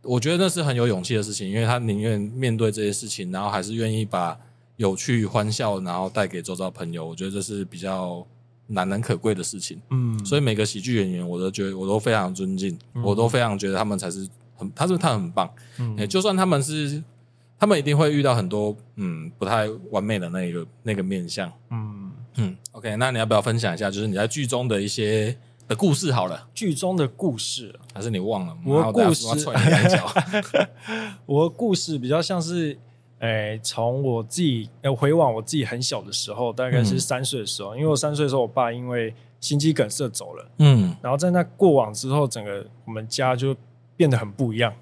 Speaker 1: 我觉得那是很有勇气的事情，因为他宁愿面对这些事情，然后还是愿意把有趣欢笑，然后带给周遭朋友。我觉得这是比较难能可贵的事情。
Speaker 2: 嗯，
Speaker 1: 所以每个喜剧演员，我都觉得我都非常尊敬，
Speaker 2: 嗯
Speaker 1: 我都非常觉得他们才是很，他是他很棒。
Speaker 2: 嗯
Speaker 1: 欸，就算他们是，他们一定会遇到很多嗯不太完美的那一个那个面相。
Speaker 2: 嗯。
Speaker 1: 嗯，OK，那你要不要分享一下，就是你在剧中的一些的故事好了，
Speaker 2: 剧中的故事，
Speaker 1: 还是你忘了？
Speaker 2: 我
Speaker 1: 然后等下
Speaker 2: 故事
Speaker 1: 说踹你两脚。
Speaker 2: [laughs] 我的故事比较像是，诶、从我自己，呃，回往我自己很小的时候，大概
Speaker 1: 嗯
Speaker 2: 是三岁的时候，因为我三岁的时候，我爸因为心肌梗塞走了，
Speaker 1: [laughs] 嗯，
Speaker 2: 然后在那过往之后，整个我们家就变得很不一样。 [laughs]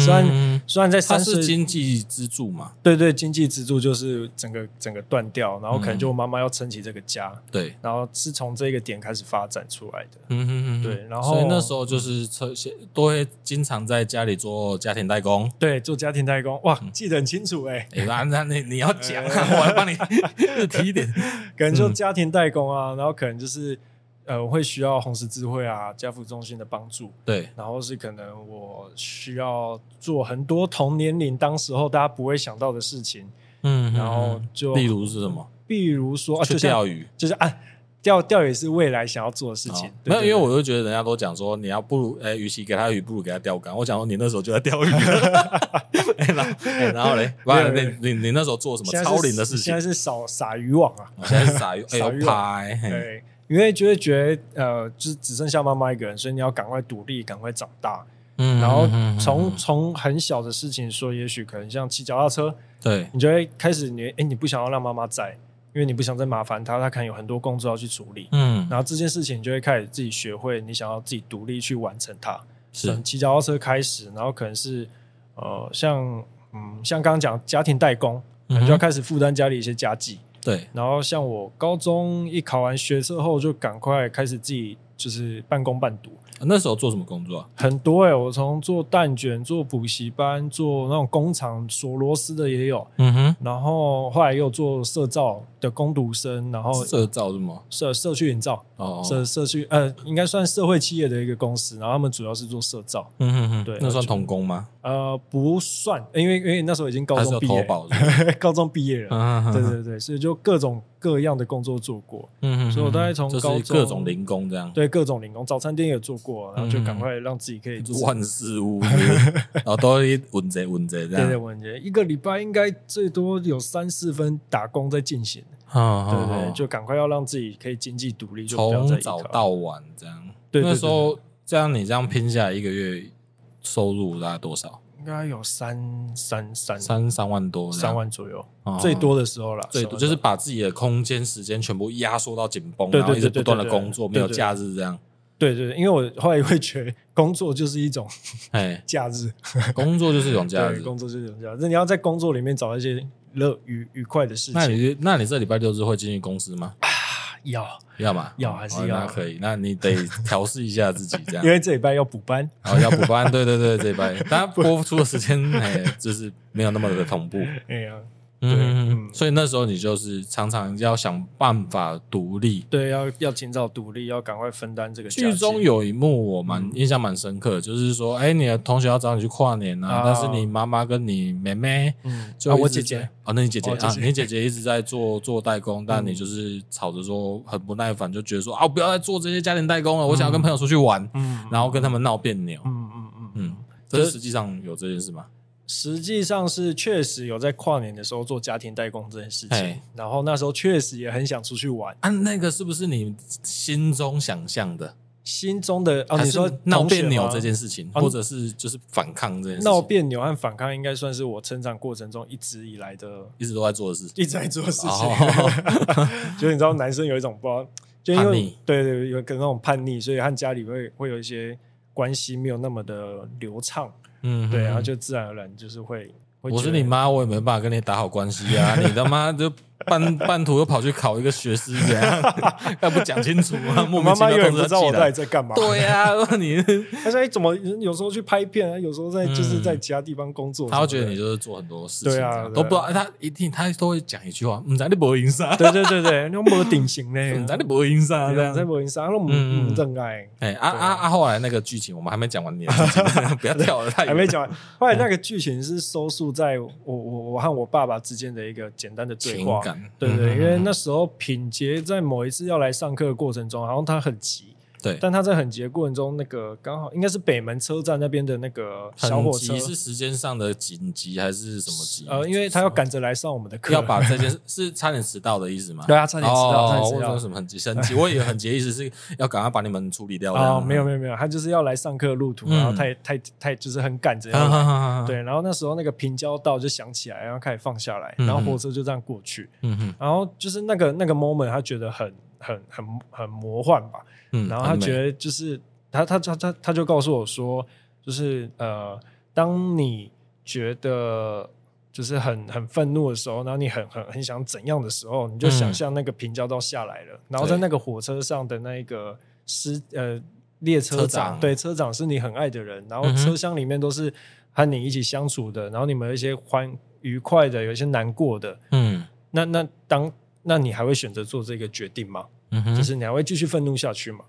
Speaker 2: 虽然
Speaker 1: 嗯
Speaker 2: 虽然在
Speaker 1: 他
Speaker 2: 三
Speaker 1: 是
Speaker 2: 岁，
Speaker 1: 经济支柱嘛，
Speaker 2: 对对，经济支柱就是整个整个断掉，然
Speaker 1: 嗯
Speaker 2: 后可能就我妈妈要撑起这个家，
Speaker 1: 对，
Speaker 2: 然后是从这个点开始发展出来的。
Speaker 1: 嗯嗯嗯，
Speaker 2: 对然
Speaker 1: 所以
Speaker 2: 后
Speaker 1: 那时候就是车都会经常在家里做家庭代 [laughs] 工。
Speaker 2: 对，做家庭代工，哇，
Speaker 1: 嗯
Speaker 2: 记得很清楚哎、
Speaker 1: 哎、那那你你要
Speaker 2: [laughs]
Speaker 1: 讲啊，我来帮你 [laughs] 提一点。
Speaker 2: 可能就家庭代工啊，然后可能就是呃会需要红十字会啊、家福中心的帮助，
Speaker 1: 对
Speaker 2: 然后是可能我需要做很多同年龄当时候大家不会想到的事情，
Speaker 1: 嗯
Speaker 2: 然后就
Speaker 1: 例如是什么？
Speaker 2: 比如说啊，
Speaker 1: 去
Speaker 2: 就像
Speaker 1: 钓鱼。
Speaker 2: 就是啊，钓钓也是未来想要做的事情
Speaker 1: 哦，
Speaker 2: 对
Speaker 1: 没有，
Speaker 2: 对
Speaker 1: 因为
Speaker 2: 对
Speaker 1: 我就觉得人家都讲说，你要不如，哎，与其给他鱼，不如给他钓竿。我讲说，你那时候就在钓鱼， [laughs] 哎然后哎然后嘞，不然
Speaker 2: 没
Speaker 1: 你
Speaker 2: 有
Speaker 1: 你你那时候做什么
Speaker 2: 现在是
Speaker 1: 超龄的事情
Speaker 2: 现在？是撒撒渔网啊，
Speaker 1: 哦现在是撒鱼，哎
Speaker 2: 撒
Speaker 1: 呦
Speaker 2: 鱼
Speaker 1: 拍，嘿
Speaker 2: 对，因为就会觉得呃，只只剩下妈妈一个人，所以你要赶快独立，赶快长大。
Speaker 1: 嗯
Speaker 2: 然后
Speaker 1: 嗯嗯嗯
Speaker 2: 从
Speaker 1: 嗯
Speaker 2: 从很小的事情说，也许可能像骑脚踏车，
Speaker 1: 对，
Speaker 2: 你就会开始你哎、诶你不想要让妈妈在，因为你不想再麻烦她，她可能有很多工作要去处理。
Speaker 1: 嗯，
Speaker 2: 然后这件事情你就会开始自己学会，你想要自己独立去完成它。
Speaker 1: 是
Speaker 2: 从，骑脚踏车开始，然后可能是呃，像嗯，像刚刚讲家庭代工，可能就要
Speaker 1: 嗯哼
Speaker 2: 开始负担家里一些家计。
Speaker 1: 对，
Speaker 2: 然后像我高中一考完学测后，就赶快开始自己就是半工半读，
Speaker 1: 那时候做什么工作啊？
Speaker 2: 很多哎、我从做蛋卷、做补习班、做那种工厂锁螺丝的也有，
Speaker 1: 嗯哼，
Speaker 2: 然后后来又做社造的工读生，然后
Speaker 1: 哦社造是吗？
Speaker 2: 社社区营造、
Speaker 1: 哦，
Speaker 2: 社社区呃，应该算社会企业的一个公司，然后他们主要是做社造，
Speaker 1: 嗯哼哼，
Speaker 2: 对
Speaker 1: 那算
Speaker 2: 就
Speaker 1: 童工吗？
Speaker 2: 呃，不算，因为因为那时候已经高
Speaker 1: 还是
Speaker 2: 中
Speaker 1: 有
Speaker 2: 毕
Speaker 1: 投
Speaker 2: 业，
Speaker 1: 保是不是？
Speaker 2: [laughs] 高中毕业了，
Speaker 1: 嗯哼哼
Speaker 2: 对对对，所以就各种各样的工作做过。
Speaker 1: 嗯哼哼
Speaker 2: 所以我大概从
Speaker 1: 就是
Speaker 2: 高中
Speaker 1: 各种零工这样，
Speaker 2: 对各种零工，早餐店也做过，
Speaker 1: 嗯
Speaker 2: 然后就赶快让自己可以做。
Speaker 1: 万事
Speaker 2: [laughs]
Speaker 1: 屋，是不是然后都一稳着稳着这
Speaker 2: 对对，
Speaker 1: 样。
Speaker 2: 我感觉一个礼拜应该最多有三四分打工在进行，
Speaker 1: 对
Speaker 2: 对对对，就赶快要让自己可以经济独立，就不要再
Speaker 1: 哦从
Speaker 2: 依
Speaker 1: 早
Speaker 2: 靠。
Speaker 1: 到晚这样。
Speaker 2: 对对对
Speaker 1: 那时候这样你这样拼下来一个月收入大概多少？
Speaker 2: 应该有三三三
Speaker 1: 三三万多这样，
Speaker 2: 三万左右，
Speaker 1: 哦
Speaker 2: 最多的时候啦，
Speaker 1: 最
Speaker 2: 三
Speaker 1: 多
Speaker 2: 万
Speaker 1: 就是把自己的空间时间全部压缩到紧绷，
Speaker 2: 对对
Speaker 1: 然后一直
Speaker 2: 对对
Speaker 1: 不断的
Speaker 2: 对对
Speaker 1: 工作，
Speaker 2: 对
Speaker 1: 没有
Speaker 2: 对
Speaker 1: 假日这样。
Speaker 2: 对对对，因为我后来会觉得 [laughs] 工作就是一种
Speaker 1: 哎，
Speaker 2: 假日，
Speaker 1: 工作就是一种假
Speaker 2: 对，
Speaker 1: 日。
Speaker 2: 工作就是一种假日，那你要在工作里面找一些乐愉愉快的事
Speaker 1: 那
Speaker 2: 情，
Speaker 1: 你那你这礼拜六日会进去公司吗？
Speaker 2: 要，
Speaker 1: 要吗？
Speaker 2: 要还是
Speaker 1: 哦
Speaker 2: 要
Speaker 1: 那可以，那你得调试一下自己这样
Speaker 2: [laughs] 因。为这礼拜要补班， [laughs]
Speaker 1: 然后要补班，对对对，这一班，但它播出的时间哎，就是没有那么的同步。
Speaker 2: 哎呀，
Speaker 1: 嗯，
Speaker 2: 嗯
Speaker 1: 所以那时候你就是常常要想办法独立。
Speaker 2: 对，要要尽早独立，要赶快分担这个家计。
Speaker 1: 剧中有一幕我
Speaker 2: 嗯
Speaker 1: 蛮印象蛮深刻的，就是说，哎，你的同学要找你去跨年啊
Speaker 2: 啊，
Speaker 1: 但是你妈妈跟你妹妹
Speaker 2: 嗯，
Speaker 1: 就
Speaker 2: 啊
Speaker 1: 一直
Speaker 2: 我姐
Speaker 1: 在
Speaker 2: 姐，
Speaker 1: 哦，那你姐姐
Speaker 2: 我姐
Speaker 1: 啊，
Speaker 2: 姐
Speaker 1: 你姐姐一直在做做代工，但
Speaker 2: 嗯
Speaker 1: 你就是吵着说很不耐烦，就觉得说啊，我不要再做这些家庭代工了，我想要跟朋友出去玩，
Speaker 2: 嗯
Speaker 1: 然后跟他们闹别扭。
Speaker 2: 嗯嗯嗯嗯，
Speaker 1: 嗯，这实际上有这件事吗？
Speaker 2: 实际上是确实有在跨年的时候做家庭代工这件事
Speaker 1: 嘿
Speaker 2: 情，然后那时候确实也很想出去玩，
Speaker 1: 啊，那个是不是你心中想象的？
Speaker 2: 心中的哦，
Speaker 1: 还
Speaker 2: 你
Speaker 1: 是
Speaker 2: 说
Speaker 1: 闹
Speaker 2: 同学
Speaker 1: 别扭
Speaker 2: 吗
Speaker 1: 这件事情，
Speaker 2: 哦
Speaker 1: 或者是就是反抗这件事情，
Speaker 2: 闹别扭和反抗，应该算是我成长过程中一直以来的
Speaker 1: 一直都在做的事。
Speaker 2: [laughs] 一直在做的事情。
Speaker 1: 哦
Speaker 2: [laughs]
Speaker 1: [laughs]
Speaker 2: 就是你知道，男生有一种不知道，就因
Speaker 1: 叛
Speaker 2: 为
Speaker 1: 逆
Speaker 2: 对对有个那种叛逆，所以和家里会会有一些关系没有那么的流畅，
Speaker 1: 嗯
Speaker 2: 对，然后
Speaker 1: 嗯
Speaker 2: 就自然而然就是会。会
Speaker 1: 我是
Speaker 2: 觉得
Speaker 1: 你妈，我也没办法跟你打好关系啊！你他妈就半半途又跑去考一个学士，怎样？要不讲清楚啊？莫名
Speaker 2: 我妈
Speaker 1: 其
Speaker 2: 妈
Speaker 1: 妙
Speaker 2: 永远
Speaker 1: 通
Speaker 2: 不
Speaker 1: 知
Speaker 2: 知道我
Speaker 1: 寄
Speaker 2: 到底
Speaker 1: 来。
Speaker 2: 在干嘛。
Speaker 1: 对呀、
Speaker 2: [laughs]
Speaker 1: 啊，你
Speaker 2: 她说：“哎，怎么有时候去拍片啊，有时候在就是在其他地方工作。”
Speaker 1: 嗯他会觉得你就是做很多事情，
Speaker 2: 对啊
Speaker 1: 这样
Speaker 2: 对啊
Speaker 1: 都不知道他一定他都会讲一句话，嗯，咱你不赢啥，
Speaker 2: 对对对对，那没有
Speaker 1: [laughs]
Speaker 2: 典型嘞，
Speaker 1: 嗯，咱你不赢啥，这
Speaker 2: 啊对啊在
Speaker 1: 样。
Speaker 2: 播音上，那我
Speaker 1: 嗯
Speaker 2: 们认爱。
Speaker 1: 哎，啊啊啊！后来那个剧情我们还没讲完，你的剧情
Speaker 2: [laughs]
Speaker 1: 不要跳了，太
Speaker 2: 还没讲完。后来那个剧情是收束在我我我和我爸爸之间的一个简单的对
Speaker 1: 情
Speaker 2: 话。
Speaker 1: 感，
Speaker 2: 对对，
Speaker 1: 嗯
Speaker 2: 因为那时候品杰在某一次要来上课的过程中，好像他很急，
Speaker 1: 对，
Speaker 2: 但他在很急的过程中，那个刚好应该是北门车站那边的那个小火
Speaker 1: 很
Speaker 2: 车
Speaker 1: 急，是时间上的紧急还是什么急？
Speaker 2: 呃，因为他要赶着来上我们的课，
Speaker 1: [laughs] 要把
Speaker 2: [laughs]
Speaker 1: 这件事是差点迟到的意思吗？
Speaker 2: 对啊，差点迟到，
Speaker 1: 哦，
Speaker 2: 差点
Speaker 1: 我
Speaker 2: 迟到
Speaker 1: 说。什么很急，很急，我以为很急的意思是要赶快把你们处理掉。啊
Speaker 2: 哦，没有没
Speaker 1: 有，
Speaker 2: 有没有，他就是要来上课的路途，
Speaker 1: 嗯
Speaker 2: 然后太太太就是很赶着要
Speaker 1: [laughs] 哈
Speaker 2: 来
Speaker 1: 哈哈哈，
Speaker 2: 对，然后那时候那个平交道就响起来，然后开始放下来，
Speaker 1: 嗯
Speaker 2: 然后火车就这样过去，
Speaker 1: 嗯哼
Speaker 2: 然后就是那个那个 moment，他觉得很很很很魔幻吧，
Speaker 1: 嗯，
Speaker 2: 然后他觉
Speaker 1: 得
Speaker 2: 得就是他他他他他就告诉我说，就是呃，当你觉得就是很很愤怒的时候，然后你很很很想怎样的时候，你就想
Speaker 1: 嗯
Speaker 2: 象那个平交道下来了，然后在
Speaker 1: 对
Speaker 2: 那个火车上的那一个司呃列车
Speaker 1: 车
Speaker 2: 长，
Speaker 1: 长
Speaker 2: 对车长是你很爱的人，然后
Speaker 1: 嗯哼
Speaker 2: 车厢里面都是和你一起相处的，然后你们有一些欢愉快的，有一些难过的，
Speaker 1: 嗯
Speaker 2: 那那当那你还会选择做这个决定吗？
Speaker 1: 嗯哼，
Speaker 2: 就是你还会继续愤怒下去嘛？
Speaker 1: 嗯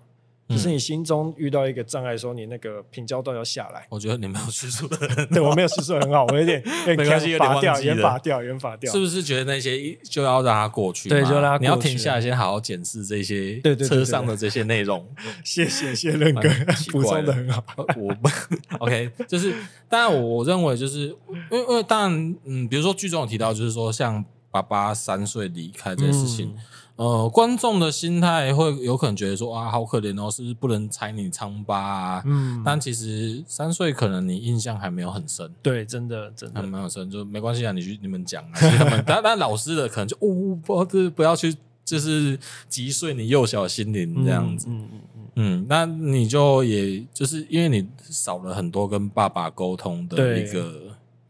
Speaker 2: 就是你心中遇到一个障碍的时候，你那个平交道要下
Speaker 1: [laughs]
Speaker 2: 来。
Speaker 1: 我觉得你没有叙述的
Speaker 2: [laughs]
Speaker 1: 人，
Speaker 2: 对我没有叙述得很好，我
Speaker 1: [laughs]
Speaker 2: 有点有
Speaker 1: 没关系有
Speaker 2: 点
Speaker 1: 点
Speaker 2: 拔掉，
Speaker 1: 忘记了
Speaker 2: 原拔掉，原拔掉
Speaker 1: 是。不是觉得那些一就要让它过去嘛？
Speaker 2: 对就让它过去
Speaker 1: 你
Speaker 2: 啊
Speaker 1: 要停下来，先好好检视这些
Speaker 2: 对对对对
Speaker 1: 车上的这些内容。
Speaker 2: 谢谢谢谢任哥
Speaker 1: 蛮奇，
Speaker 2: 补
Speaker 1: 怪
Speaker 2: 充
Speaker 1: 的
Speaker 2: 的很好。
Speaker 1: 呃我不 OK，就是， [laughs] 当然我我认为就是，因为因为当然，嗯，比如说剧中有提到，就是说像爸爸三岁离开这件事情，呃，观众的心态会有可能觉得说啊，好可怜哦，是不是不能踩你疮疤啊？
Speaker 2: 嗯，
Speaker 1: 但其实三岁可能你印象还没有很深，
Speaker 2: 对，真的真
Speaker 1: 还
Speaker 2: 的，
Speaker 1: 没有深，就没关系啊，你去你们讲啊， [laughs] 其实他们，但但老师的可能就哦，不不不要去，就是击碎你幼小的心灵这样子。
Speaker 2: 嗯嗯嗯，
Speaker 1: 嗯，那你就也就是因为你少了很多跟爸爸沟通的
Speaker 2: 对
Speaker 1: 一个，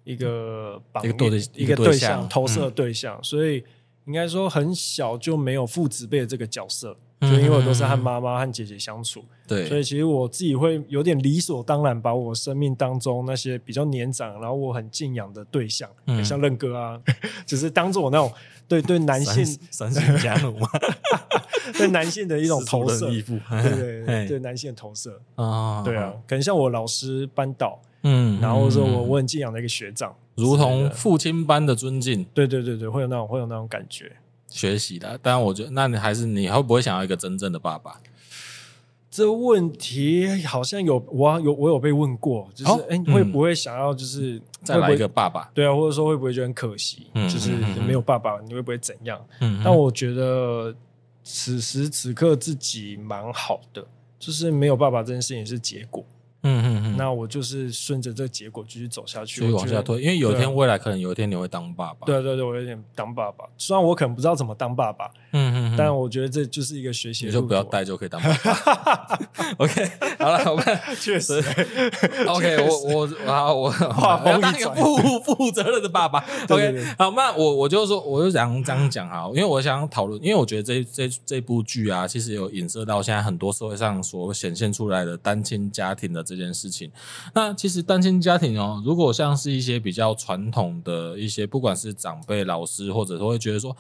Speaker 2: 一个榜
Speaker 1: 一个对对
Speaker 2: 一
Speaker 1: 一
Speaker 2: 个
Speaker 1: 个
Speaker 2: 对
Speaker 1: 对
Speaker 2: 象
Speaker 1: 象嗯
Speaker 2: 投射对象，所以应该说很小就没有父子辈的这个角色，就
Speaker 1: 嗯
Speaker 2: 因为我都是和妈妈和姐姐相处，
Speaker 1: 对，
Speaker 2: 所以其实我自己会有点理所当然把我生命当中那些比较年长，然后我很敬仰的对象，
Speaker 1: 嗯
Speaker 2: 像任哥啊， [laughs] 就是当做我那种对对男性
Speaker 1: 三姓家奴嘛，
Speaker 2: [laughs] 对男性的一种投射，
Speaker 1: 义父，
Speaker 2: 对对
Speaker 1: [laughs]
Speaker 2: 对
Speaker 1: 嘿
Speaker 2: 对男性的投射，
Speaker 1: 啊
Speaker 2: 对啊，，可能像我老师班导，
Speaker 1: 嗯
Speaker 2: 然后说
Speaker 1: 嗯
Speaker 2: 我我很敬仰的一个学长，
Speaker 1: 如
Speaker 2: 之类
Speaker 1: 同
Speaker 2: 的
Speaker 1: 父亲般的尊敬
Speaker 2: 对对对对，会有那种会有那种感觉。
Speaker 1: 学习的，但我觉得，那你还是你会不会想要一个真正的爸爸？
Speaker 2: 这问题好像有我有我有被问过，就是哎、
Speaker 1: 哦
Speaker 2: 诶会
Speaker 1: 嗯
Speaker 2: 不会想要就是
Speaker 1: 再来一
Speaker 2: 会
Speaker 1: 个
Speaker 2: 不会
Speaker 1: 爸爸，
Speaker 2: 对啊，或者说会不会觉得很可惜，
Speaker 1: 嗯
Speaker 2: 就是
Speaker 1: 嗯嗯
Speaker 2: 没有爸爸，你会不会怎样？
Speaker 1: 嗯
Speaker 2: 但我觉得此时此刻自己蛮好的，就是没有爸爸这件事情是结果，
Speaker 1: 嗯嗯嗯，
Speaker 2: 那我就是顺着这个结果继续走下去，
Speaker 1: 所以
Speaker 2: 我
Speaker 1: 往
Speaker 2: 觉
Speaker 1: 下
Speaker 2: 得
Speaker 1: 推，因为有一
Speaker 2: 对啊
Speaker 1: 天未来可能有一天你会当爸爸，，
Speaker 2: 对啊对对，我有点当爸爸，虽然我可能不知道怎么当爸爸，
Speaker 1: 嗯嗯，
Speaker 2: 但我觉得这就是一个学习。
Speaker 1: 你就不要，带就可以当爸爸。OK，好了，我们
Speaker 2: 确 [laughs] 实，
Speaker 1: OK，我我啊，我
Speaker 2: 话锋一
Speaker 1: 我要当一个
Speaker 2: 转
Speaker 1: 负 [laughs] 负责任的爸爸。
Speaker 2: 对对
Speaker 1: OK，
Speaker 2: 对
Speaker 1: 好，那我我就说，我就想这样讲哈，因为我想讨论，因为我觉得这这这部剧啊，其实有影射到现在很多社会上所显现出来的单亲家庭的这件事情。那其实单亲家庭哦，如果像是一些比较传统的一些，不管是长辈、老师，或者说会觉得说，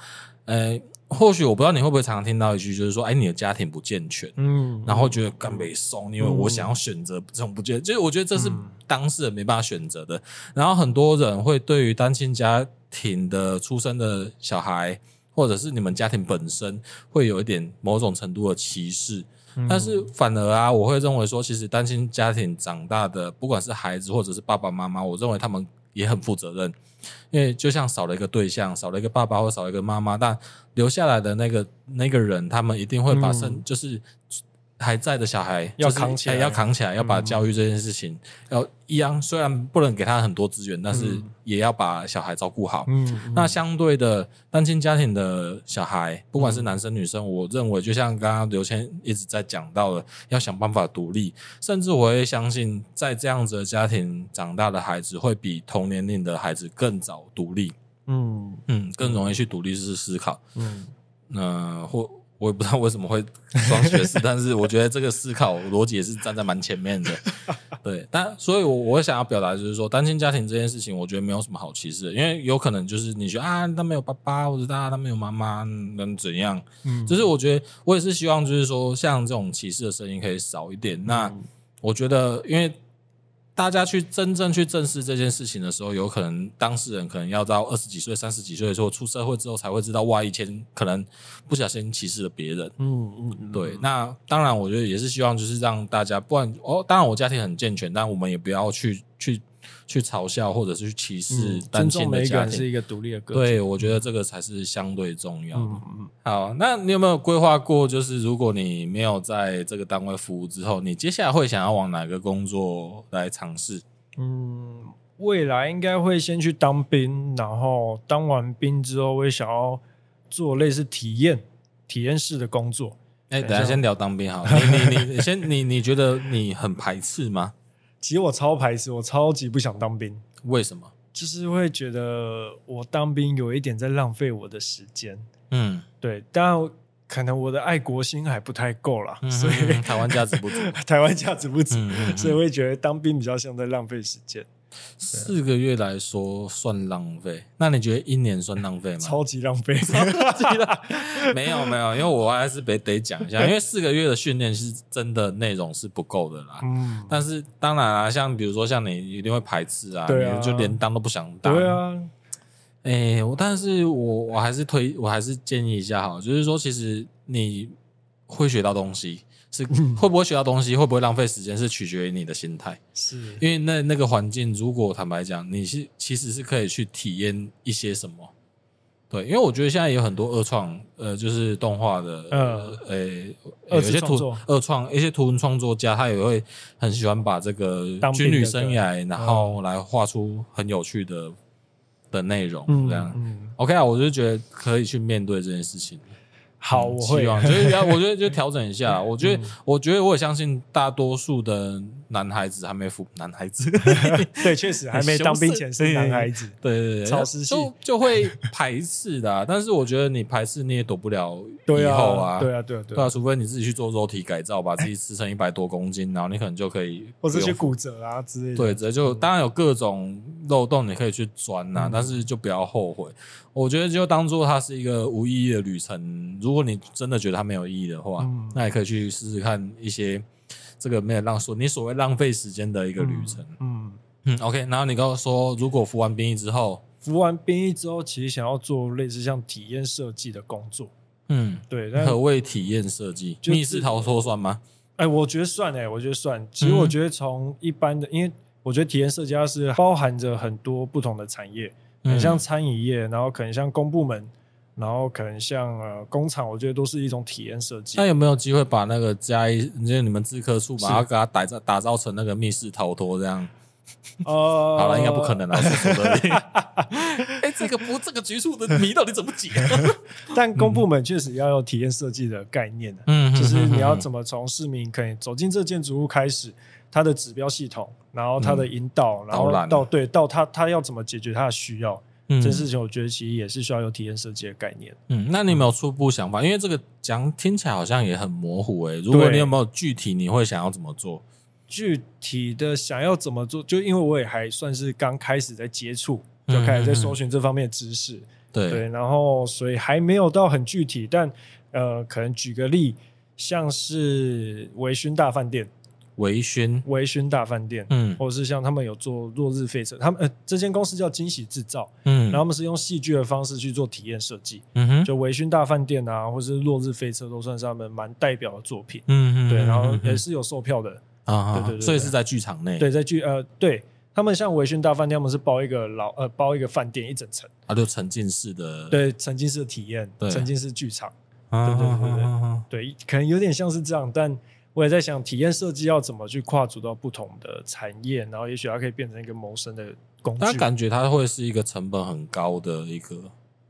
Speaker 1: 呃，或许我不知道你会不会常常听到一句，就是说，哎，你的家庭不健全。
Speaker 2: 嗯，
Speaker 1: 然后觉得干没送，因为我想要选择这种不见，就是我觉得这是
Speaker 2: 嗯
Speaker 1: 当事人没办法选择的。然后很多人会对于单亲家庭的出生的小孩，或者是你们家庭本身，会有一点某种程度的歧视。
Speaker 2: 嗯
Speaker 1: 但是反而啊，我会认为说，其实单亲家庭长大的，不管是孩子或者是爸爸妈妈，我认为他们也很负责任，因为就像少了一个对象，少了一个爸爸或少了一个妈妈，但留下来的那个那个人，他们一定会把身、
Speaker 2: 嗯
Speaker 1: 就是。还在的小孩
Speaker 2: 要
Speaker 1: 就是
Speaker 2: 扛起来
Speaker 1: 哎要扛起来，要把
Speaker 2: 嗯
Speaker 1: 教育这件事情，要一样。虽然不能给他很多资源，但是
Speaker 2: 嗯
Speaker 1: 也要把小孩照顾好。
Speaker 2: 嗯，
Speaker 1: 那相对的，单亲家庭的小孩，不管是男生女生，我认为就像刚刚刘谦一直在讲到的，要想办法独立。甚至我会相信，在这样子的家庭长大的孩子，会比同年龄的孩子更早独立，
Speaker 2: 嗯
Speaker 1: 嗯，更容易去独立式思考。
Speaker 2: 嗯，
Speaker 1: 嗯，或我也不知道为什么会双学士，但是我觉得这个思考逻辑也是站在蛮前面的。对，但所以我，我想要表达就是说，单亲家庭这件事情，我觉得没有什么好歧视的，因为有可能就是你觉得啊，他没有爸爸，或者他他没有妈妈，能怎样？
Speaker 2: 嗯
Speaker 1: 就是我觉得我也是希望，就是说像这种歧视的声音可以少一点。那
Speaker 2: 嗯
Speaker 1: 我觉得，因为大家去真正去正视这件事情的时候，有可能当事人可能要到二十几岁、三十几岁的时候出社会之后才会知道，哇，以前可能不小心歧视了别人。
Speaker 2: 嗯嗯嗯，
Speaker 1: 对，那当然，我觉得也是希望就是让大家，不然哦，当然我家庭很健全，但我们也不要去去去嘲笑或者是去歧视
Speaker 2: 嗯
Speaker 1: 单
Speaker 2: 尊
Speaker 1: 亲
Speaker 2: 重
Speaker 1: 的
Speaker 2: 每一个
Speaker 1: 家
Speaker 2: 人是
Speaker 1: 庭。
Speaker 2: 一个独立的个体，
Speaker 1: 对，我觉得这个才是相对重要的。
Speaker 2: 嗯嗯
Speaker 1: 好，那你有没有规划过，就是如果你没有在这个单位服务之后，你接下来会想要往哪个工作来尝试？
Speaker 2: 嗯，未来应该会先去当兵，然后当完兵之后会想要做类似体验体验式的工作。
Speaker 1: 哎、
Speaker 2: 等一下
Speaker 1: 等一下先聊当兵好了，你你你先你你觉得你很排斥吗？
Speaker 2: 其实我超排斥，我超级不想当兵，
Speaker 1: 为什么？
Speaker 2: 就是会觉得我当兵有一点在浪费我的时间。
Speaker 1: 嗯，
Speaker 2: 对，当然可能我的爱国心还不太够啦，所
Speaker 1: 嗯
Speaker 2: 以 [laughs] 啊
Speaker 1: 嗯嗯嗯台湾价值不足。
Speaker 2: 台湾价值不止，
Speaker 1: 嗯嗯嗯
Speaker 2: 所以会觉得当兵比较像在浪费时间。
Speaker 1: 四个月来说算浪费，那你觉得一年算浪费吗？ [laughs]
Speaker 2: 超级浪费。
Speaker 1: 没有没有，因为我还是得得讲一下，因为四个月的训练是真的内容是不够的啦。
Speaker 2: [laughs] 嗯，
Speaker 1: 但是当然啊，像比如说像你一定会排斥啊，
Speaker 2: 对啊
Speaker 1: 你就连当都不想当。
Speaker 2: 对啊，
Speaker 1: 哎、我但是我我还是推，我还是建议一下哈，就是说，其实你会学到东西，是
Speaker 2: 嗯
Speaker 1: 会不会学到东西，会不会浪费时间，是取决于你的心态。
Speaker 2: 是
Speaker 1: 因为那那个环境，如果坦白讲，你是其实是可以去体验一些什么。对，因为我觉得现在有很多二创，呃，就是动画的，
Speaker 2: 嗯
Speaker 1: 呃，诶
Speaker 2: 二
Speaker 1: 有
Speaker 2: 次
Speaker 1: 些
Speaker 2: 创
Speaker 1: 图
Speaker 2: 作
Speaker 1: 二创，一些图文创作家，他也会很喜欢把这个
Speaker 2: 当兵
Speaker 1: 军旅
Speaker 2: 的嗯
Speaker 1: 生
Speaker 2: 歌
Speaker 1: 涯，然后来画出很有趣的的内容，这样。
Speaker 2: 嗯，
Speaker 1: OK 啊，我就觉得可以去面对这件事情。
Speaker 2: 好，
Speaker 1: 嗯
Speaker 2: 我
Speaker 1: 希
Speaker 2: 会嗯
Speaker 1: 望就是要，我觉得就调整一下。啊我觉得，我觉得我也相信大多数的男孩子还没服男孩
Speaker 2: [laughs]
Speaker 1: 子，
Speaker 2: [laughs] 对，确实还没当兵前是男孩子，
Speaker 1: 对对对，
Speaker 2: 草食系
Speaker 1: 就就会排斥的啊、 [laughs] 但是我觉得你排斥你也躲不了 [laughs] 以
Speaker 2: 对
Speaker 1: 后
Speaker 2: 啊，
Speaker 1: 对
Speaker 2: 对啊，对啊，对
Speaker 1: 啊，
Speaker 2: 啊，
Speaker 1: 除非你自己去做肉体改造，把自己吃成一百多公斤，然后你可能就可以
Speaker 2: [laughs] 或
Speaker 1: 不
Speaker 2: 者些
Speaker 1: 用
Speaker 2: 骨折啊之类的，
Speaker 1: 对，这就当然有各种漏洞你可以去钻呐、但
Speaker 2: 嗯
Speaker 1: 是就不要后悔。我觉得就当做它是一个无意义的旅程。如果你真的觉得它没有意义的话，
Speaker 2: 嗯
Speaker 1: 那也可以去试试看一些这个没有浪所你所谓浪费时间的一个
Speaker 2: 嗯
Speaker 1: 旅程。
Speaker 2: 嗯。
Speaker 1: 嗯 o k 然后你跟我说，如果服完兵役之后，
Speaker 2: 服完兵役之后，其实想要做类似像体验设计的工作，
Speaker 1: 嗯，
Speaker 2: 对，
Speaker 1: [laughs]
Speaker 2: 但
Speaker 1: 何谓体验设计？
Speaker 2: 就
Speaker 1: 密
Speaker 2: 是
Speaker 1: 室逃脱算吗？
Speaker 2: 哎、我觉得算哎、我觉得算。其实
Speaker 1: 嗯
Speaker 2: 我觉得从一般的，因为我觉得体验设计它是包含着很多不同的产业，很
Speaker 1: 嗯
Speaker 2: 像餐饮业，然后可能像公部门，然后可能像呃工厂，我觉得都是一种体验设计
Speaker 1: 那。有没有机会把那个加一，就是你们自科处把
Speaker 2: 是
Speaker 1: 它给它打造打造成那个密室逃脱这样？
Speaker 2: 呃，
Speaker 1: 好了，应该不可。能啦，是说的而已。
Speaker 2: [laughs]
Speaker 1: 哎、这个不，这个局处的谜到底怎么
Speaker 2: [laughs]
Speaker 1: 解？
Speaker 2: 但公部门确实要有体验设计的概念的、
Speaker 1: 嗯
Speaker 2: 就是你要怎
Speaker 1: 么？
Speaker 2: 么从市民可以走进这建筑物开始，它的指标系统，然后它的引导，然
Speaker 1: 嗯导
Speaker 2: 后
Speaker 1: 览啊
Speaker 2: 到对到它它要怎么解决它的需要，
Speaker 1: 嗯
Speaker 2: 这件事情我觉得其实也是需要有体验设计的概念。
Speaker 1: 嗯，那你有没有初步想法？因为这个讲听起来好像也很模糊哎、如果
Speaker 2: 对
Speaker 1: 你有没有具体，你会想要怎么做？
Speaker 2: 具体的想要怎么做，就因为我也还算是刚开始在接触，
Speaker 1: 嗯
Speaker 2: 就开始在搜寻这方面的知识，
Speaker 1: 对，
Speaker 2: 对，然后所以还没有到很具体，但呃，可能举个例，像是维勋大饭店，
Speaker 1: 微醺，
Speaker 2: 维勋大饭店，
Speaker 1: 嗯
Speaker 2: 或者是像他们有做落日飞车，他们呃这间公司叫惊喜制造，
Speaker 1: 嗯，
Speaker 2: 然后他们是用戏剧的方式去做体验设计，
Speaker 1: 嗯哼，
Speaker 2: 就维勋大饭店啊，或是落日飞车都算是他们蛮代表的作品，
Speaker 1: 嗯嗯，
Speaker 2: 对，然后
Speaker 1: 嗯
Speaker 2: 也是有售票的。
Speaker 1: 啊啊，
Speaker 2: 对对对对
Speaker 1: 所以是在剧场内，
Speaker 2: 对，在剧呃，对他们像维轩大饭店，他们是包一个老呃包一个饭店一整层，
Speaker 1: 啊，就沉浸式的，
Speaker 2: 对，沉浸式的体验，
Speaker 1: 对
Speaker 2: 沉浸式剧场，
Speaker 1: 啊，
Speaker 2: 对对对对对
Speaker 1: 啊啊啊
Speaker 2: 对，可能有点像是这样，但我也在想，体验设计要怎么去跨足到不同的产业，然后也许它可以变成一个谋生的工
Speaker 1: 但
Speaker 2: 具，
Speaker 1: 感觉它会是一个成本很高的一个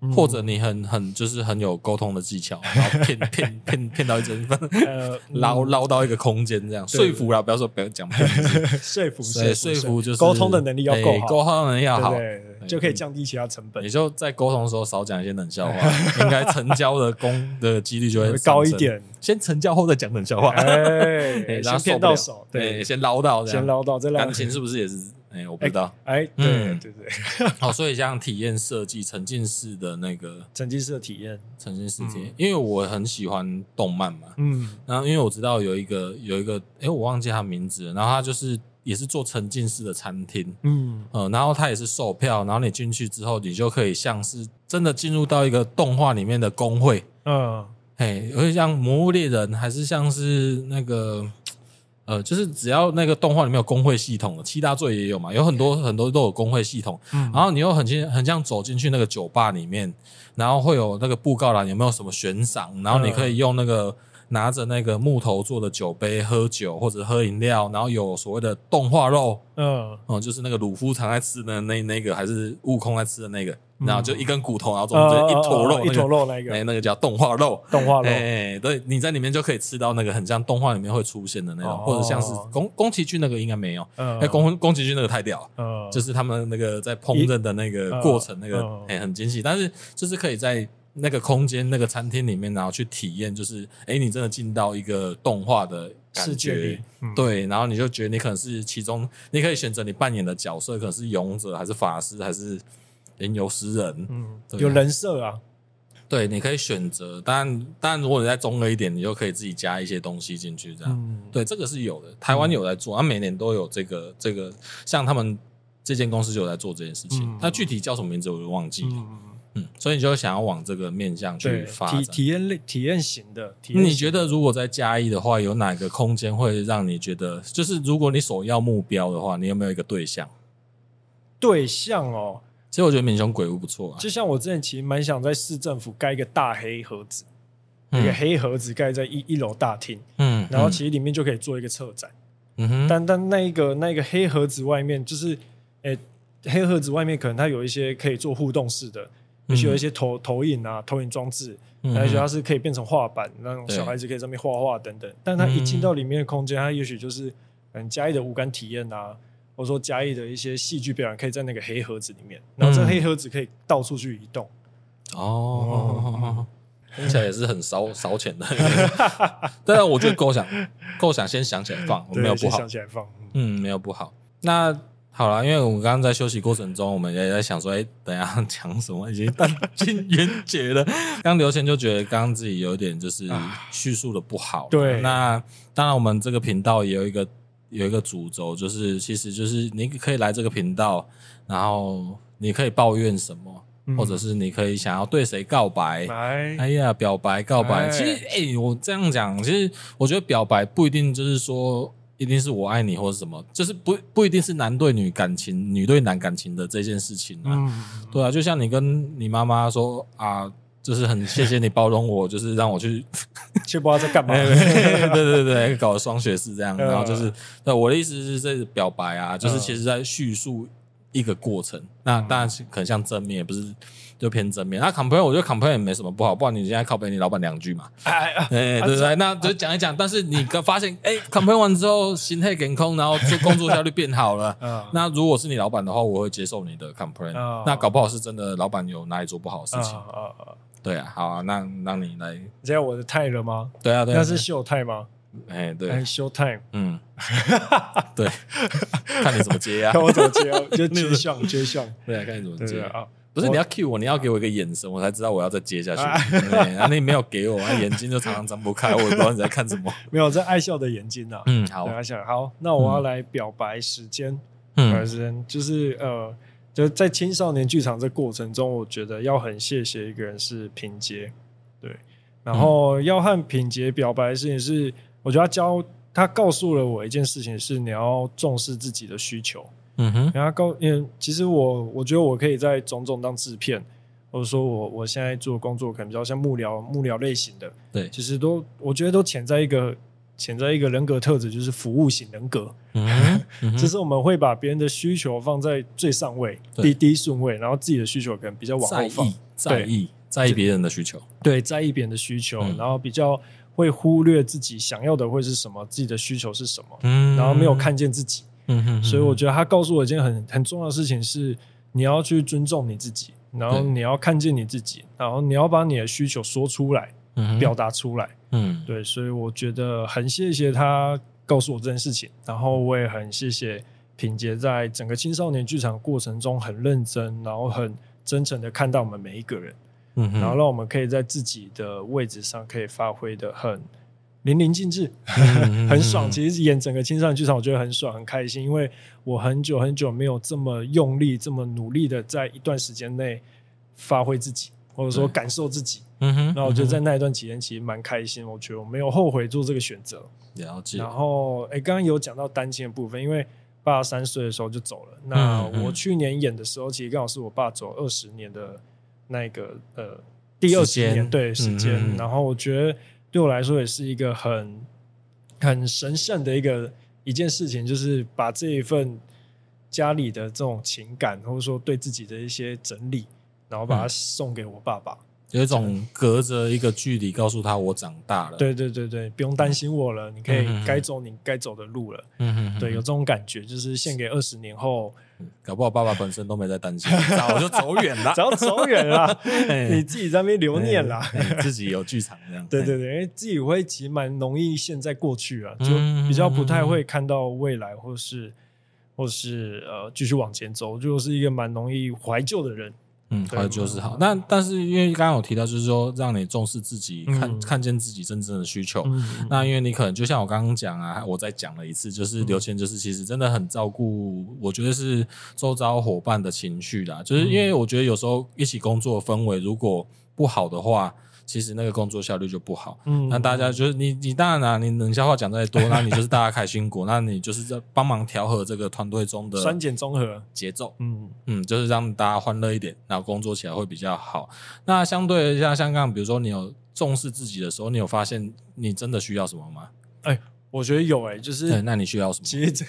Speaker 2: 嗯
Speaker 1: 或者你很很就是很有沟通的技巧，然后
Speaker 2: [laughs]
Speaker 1: 骗骗骗骗到一整份，
Speaker 2: 呃
Speaker 1: 捞
Speaker 2: 嗯
Speaker 1: 捞到一个空间这样
Speaker 2: 对
Speaker 1: 说服啦，不要说不要讲骗，
Speaker 2: [laughs] 说服
Speaker 1: 所以说服就是
Speaker 2: 沟通的能力要够
Speaker 1: 哎
Speaker 2: 好，
Speaker 1: 沟通能力要
Speaker 2: 对
Speaker 1: 好，哎嗯
Speaker 2: 对对就可以降低其他成本
Speaker 1: 你，就在沟通的时候少讲一些冷笑话，
Speaker 2: [laughs]
Speaker 1: 应该成交的功的几率就会
Speaker 2: 会
Speaker 1: 上
Speaker 2: 高一
Speaker 1: 升， [laughs]
Speaker 2: 点，
Speaker 1: 先成交后再讲冷笑话，哎
Speaker 2: [laughs] 哎，
Speaker 1: 然后
Speaker 2: 先
Speaker 1: 受
Speaker 2: 骗
Speaker 1: 不了
Speaker 2: 到手，
Speaker 1: 哎
Speaker 2: 对，
Speaker 1: 先捞到这
Speaker 2: 先
Speaker 1: 样。
Speaker 2: 捞到，再捞
Speaker 1: 感情是不是也是？哎，我不知道。
Speaker 2: 哎，对
Speaker 1: 嗯
Speaker 2: 对对，
Speaker 1: 好，所以像体验设计、沉浸式的那个
Speaker 2: 沉浸式的体验，
Speaker 1: 沉浸式体验，因为我很喜欢动漫嘛，
Speaker 2: 嗯，
Speaker 1: 然后因为我知道有一个有一个，哎，我忘记他名字了，然后他就是也是做沉浸式的餐厅，
Speaker 2: 嗯，
Speaker 1: 嗯、然后他也是售票，然后你进去之后，你就可以像是真的进入到一个动画里面的工会，
Speaker 2: 嗯，
Speaker 1: 哎，而且像《魔物猎人》还是像是那个。呃，就是只要那个动画里面有工会系统的，七大罪也有嘛，有很多很多都有工会系统。
Speaker 2: 然
Speaker 1: 然后你又很像很像走进去那个酒吧里面，然后会有那个布告栏有没有什么悬赏，然后你可以用那个、拿着那个木头做的酒杯喝酒或者喝饮料，然后有所谓的动画肉，
Speaker 2: 嗯，
Speaker 1: 哦、就是那个鲁夫常在吃的那那个，还是悟空在吃的那个，
Speaker 2: 嗯
Speaker 1: 然后就一根骨头，然后中
Speaker 2: 呃
Speaker 1: 间一坨肉、那
Speaker 2: 一
Speaker 1: 个
Speaker 2: 坨肉那
Speaker 1: 哎、
Speaker 2: 个
Speaker 1: 那个叫动画肉。
Speaker 2: 动画肉，
Speaker 1: 哎、对，你在里面就可以吃到那个很像动画里面会出现的那种，
Speaker 2: 哦
Speaker 1: 或者像是宫宫崎骏那个应该没有，
Speaker 2: 嗯
Speaker 1: 哎、，宫宫崎骏那个太屌了，
Speaker 2: 嗯，
Speaker 1: 就是他们那个在烹饪的那个过程，那
Speaker 2: 一
Speaker 1: 个
Speaker 2: 嗯
Speaker 1: 哎、很精细，但是就是可以在那个空间、那个餐厅里面，然后去体验，就是哎，诶你真的进到一个动画的感
Speaker 2: 世界
Speaker 1: 觉
Speaker 2: 里，，嗯，
Speaker 1: 对，然后你就觉得你可能是其中，你可以选择你扮演的角色，可能是勇者，还是法师，还是吟游诗人，
Speaker 2: 嗯，
Speaker 1: 对啊
Speaker 2: 有人设啊，
Speaker 1: 对，你可以选择。当然，当然，如果你再中了一点，你就可以自己加一些东西进去，这样。
Speaker 2: 嗯，
Speaker 1: 对，这个是有的，台湾有在做，它、啊每年都有这个这个，像他们这间公司就有在做这件事情
Speaker 2: 嗯，
Speaker 1: 它、具体叫什么名字我就忘记了。嗯
Speaker 2: 嗯，
Speaker 1: 所以你就想要往这个面向去
Speaker 2: 对，
Speaker 1: 发
Speaker 2: 体
Speaker 1: 展。
Speaker 2: 体验类体验型的，体验
Speaker 1: 你
Speaker 2: 型
Speaker 1: 觉得如果在嘉义的话，有哪个空间会让你觉得，就是如果你首要目标的话，你有没有一个对象？
Speaker 2: 对象哦，
Speaker 1: 其实我觉得民雄鬼屋不错啊，
Speaker 2: 就像我之前其实蛮想在市政府盖一个大黑盒子，一个
Speaker 1: 嗯
Speaker 2: 黑盒子盖在一一楼大厅，
Speaker 1: 嗯，
Speaker 2: 然后其实里面就可以做一个策展。
Speaker 1: 嗯哼，
Speaker 2: 但但那一个那一个黑盒子外面，就是诶、黑盒子外面可能它有一些可以做互动式的，也许有一些投投影啊、投影装置，
Speaker 1: 嗯
Speaker 2: 那也许它是可以变成画板，那种
Speaker 1: 对嗯
Speaker 2: 小孩子可以在上面画画等等。但它一进到里面的空间，它也许就是嗯嘉义的无感体验啊。或者说嘉义的一些戏剧表演可以在那个黑盒子里面，然后这
Speaker 1: 嗯
Speaker 2: 黑盒子可以到处去移动， [laughs]
Speaker 1: 哦，听起来也是很烧烧钱的， [laughs] 但是我觉得构想构想先想起来放，
Speaker 2: 对
Speaker 1: 没有不
Speaker 2: 先
Speaker 1: 好
Speaker 2: 想，起来放，嗯
Speaker 1: 嗯，没有不好。那好了，因为我们刚刚在休息过程中，我们也在想说，哎、等一下讲什 [laughs] 么？已经弹尽援绝了。刚刘谦就觉得刚刚自己有点就是叙述的不好。
Speaker 2: 对
Speaker 1: 那当然我们这个频道也有一个有一个主轴，就是其实就是你可以来这个频道，然后你可以抱怨什么，
Speaker 2: 嗯
Speaker 1: 或者是你可以想要对谁告白。
Speaker 2: 来，
Speaker 1: 哎呀，表白告白，
Speaker 2: 哎
Speaker 1: 其实哎、我这样讲，其实我觉得表白不一定就是说一定是我爱你或者什么，就是不不一定是男对女感情、女对男感情的这件事情啊。
Speaker 2: 嗯，
Speaker 1: 对啊，就像你跟你妈妈说啊，就是很谢谢你包容我，就是让我去，
Speaker 2: 却不知道在干嘛。
Speaker 1: 对哎对 [laughs] 对对，搞双学士这样。
Speaker 2: 哦嗯
Speaker 1: 然后就是，对我的意思是，这是表白啊，就是
Speaker 2: 嗯
Speaker 1: 其实在叙述一个过程。那当然是可能像正面，也不是就偏正面。那 complain 我觉得 complain 也没什么不好，不然你现在靠背你老板两句嘛。
Speaker 2: [laughs] 哎啊。
Speaker 1: 哎，对不对？那就讲一讲。但是你刚发现，哎，complain 完之后，心态减空，然后做工作效率变好了
Speaker 2: [laughs] 嗯
Speaker 1: 那如果是你老板的话，我会接受你的 complain
Speaker 2: 哦。
Speaker 1: 那搞不好是真的，老板有哪里做不好的事情。
Speaker 2: 啊啊啊！
Speaker 1: 对啊，好啊，那让你来。
Speaker 2: 你知道我的 time 了吗？
Speaker 1: 对啊，对啊。
Speaker 2: 那是秀 time 吗？
Speaker 1: 哎，对
Speaker 2: 哎，，秀 time， [laughs]
Speaker 1: 嗯，对，看你怎么接啊
Speaker 2: 看。我怎么接哦，就
Speaker 1: 你
Speaker 2: 接上接上，
Speaker 1: 对啊，看你怎么
Speaker 2: 对对
Speaker 1: 接。
Speaker 2: 啊，
Speaker 1: 不是
Speaker 2: 我
Speaker 1: 你要 cue 我，你要给我一个眼神，我才知道我要再接
Speaker 2: [laughs]
Speaker 1: 下去
Speaker 2: 啊。
Speaker 1: 对啊，你没有给我，啊眼睛就常常张不开，我也不知道你在看什
Speaker 2: [laughs]
Speaker 1: 么。
Speaker 2: 没有这爱笑的眼睛啊。
Speaker 1: 嗯，好
Speaker 2: 对，爱笑。好，那我要来表白时间，表白
Speaker 1: 嗯
Speaker 2: 时间就是呃，就是在青少年剧场这过程中，我觉得要很谢谢一个人是品杰，对，
Speaker 1: 嗯
Speaker 2: 然后要和品杰表白的事情是，我觉得他教他告诉了我一件事情，是你要重视自己的需求。
Speaker 1: 嗯哼，
Speaker 2: 然后告，嗯，其实我我觉得我可以在种种当制片，或者说我我现在做的工作可能比较像幕僚幕僚类型的，
Speaker 1: 对
Speaker 2: 其实都我觉得都潜在一个潜在一个人格特质，就是服务型人格，
Speaker 1: 嗯
Speaker 2: [laughs]
Speaker 1: 哼嗯
Speaker 2: 就
Speaker 1: 哼，
Speaker 2: 是我们会把别人的需求放在最上位、
Speaker 1: 对
Speaker 2: 第第一顺位，然后自己的需求可能比较往
Speaker 1: 在
Speaker 2: 后放
Speaker 1: 意，在意在意别人的需求。
Speaker 2: 对，在意别人的需求，
Speaker 1: 嗯
Speaker 2: 然后比较会忽略自己想要的会是什么，自己的需求是什么，
Speaker 1: 嗯
Speaker 2: 然后没有，看见自己。
Speaker 1: 嗯哼
Speaker 2: 所以我觉得他告诉我一件很很重要的事情是，你要去尊重你自己，然后
Speaker 1: 对
Speaker 2: 你要看见你自己，然后你要把你的需求说出来，
Speaker 1: 得
Speaker 2: 表，达出来。
Speaker 1: 嗯，
Speaker 2: 对，所以我觉得很谢谢他告诉我这件事情，然后我也很谢谢品杰在整个青少年剧场过程中很认真，然后很真诚的看到我们每一个人，
Speaker 1: 嗯哼，
Speaker 2: 然后让我们可以在自己的位置上可以发挥的很淋漓尽致。 [laughs]
Speaker 1: 嗯
Speaker 2: 很爽。，其实演整个青少年剧场，我觉得很爽，很开心，因为我很久很久没有这么用力、这么努力的在一段时间内发挥自己，或者说
Speaker 1: 对
Speaker 2: 感受自己。
Speaker 1: 嗯哼，
Speaker 2: 然后我觉得在那一段期间，其实蛮开心，我觉得我没有后悔做这个选择。
Speaker 1: 了解，
Speaker 2: 然后，哎，刚刚有讲到单亲的部分，因为爸三岁的时候就走了。那
Speaker 1: 嗯嗯
Speaker 2: 我去年演的时候，其实刚好是我爸走二十年的那个呃第二
Speaker 1: 时
Speaker 2: 十
Speaker 1: 间
Speaker 2: 年对时间。
Speaker 1: 嗯嗯嗯
Speaker 2: 然后我觉得对我来说也是一个很很神圣的一个一件事情，就是把这一份家里的这种情感，或者说对自己的一些整理，然后把它
Speaker 1: 嗯
Speaker 2: 送给我爸爸。
Speaker 1: 有一种隔着一个距离告诉他我长大了。，
Speaker 2: 对对对对，不用担心我了，你可以
Speaker 1: 嗯嗯嗯
Speaker 2: 该走你该走的路了。
Speaker 1: 嗯哼哼
Speaker 2: 对，有这种感觉，就是献给二十年后，
Speaker 1: 搞不好爸爸本身都没在担
Speaker 2: [laughs]
Speaker 1: 心，早就走远了
Speaker 2: 只。要走远了，
Speaker 1: 啊 [laughs] 哎
Speaker 2: 你自己在那边留念啦。
Speaker 1: 哎自己有剧场这样。
Speaker 2: [laughs] 对
Speaker 1: 哎
Speaker 2: 对对，因为自己会其实蛮容易现在过去啊，就
Speaker 1: 嗯
Speaker 2: 比较不太会看到未来，或是或是呃继续往前走，就是一个蛮容易怀旧的人。
Speaker 1: 嗯，
Speaker 2: 对
Speaker 1: 怀旧是好。那但是因为刚刚有提到，就是说让你重视自己，
Speaker 2: 嗯
Speaker 1: 看看见自己真正的需求。
Speaker 2: 嗯，
Speaker 1: 那因为你可能就像我刚刚讲啊，我再讲了一次，就是刘谦，就是其实真的很照顾，我觉得是周遭伙伴的情绪啦。
Speaker 2: 嗯
Speaker 1: 就是因为我觉得有时候一起工作的氛围如果不好的话，其实那个工作效率就不好。
Speaker 2: 嗯
Speaker 1: 那大家就是你，你当然啦、你冷笑话讲再多，那你就是大家开心果，那你就是在帮忙调和这个团队中
Speaker 2: [laughs] 酸
Speaker 1: 的
Speaker 2: 碱综合，
Speaker 1: 节奏，
Speaker 2: 嗯
Speaker 1: 嗯，就是让大家欢乐一点，然后工作起来会比较好。那相对像香港，比如说你有重视自己的时候，你有发现你真的需要什么吗？
Speaker 2: 我觉得有诶、就是
Speaker 1: 对，那你需要什么？
Speaker 2: 其实 [laughs] 这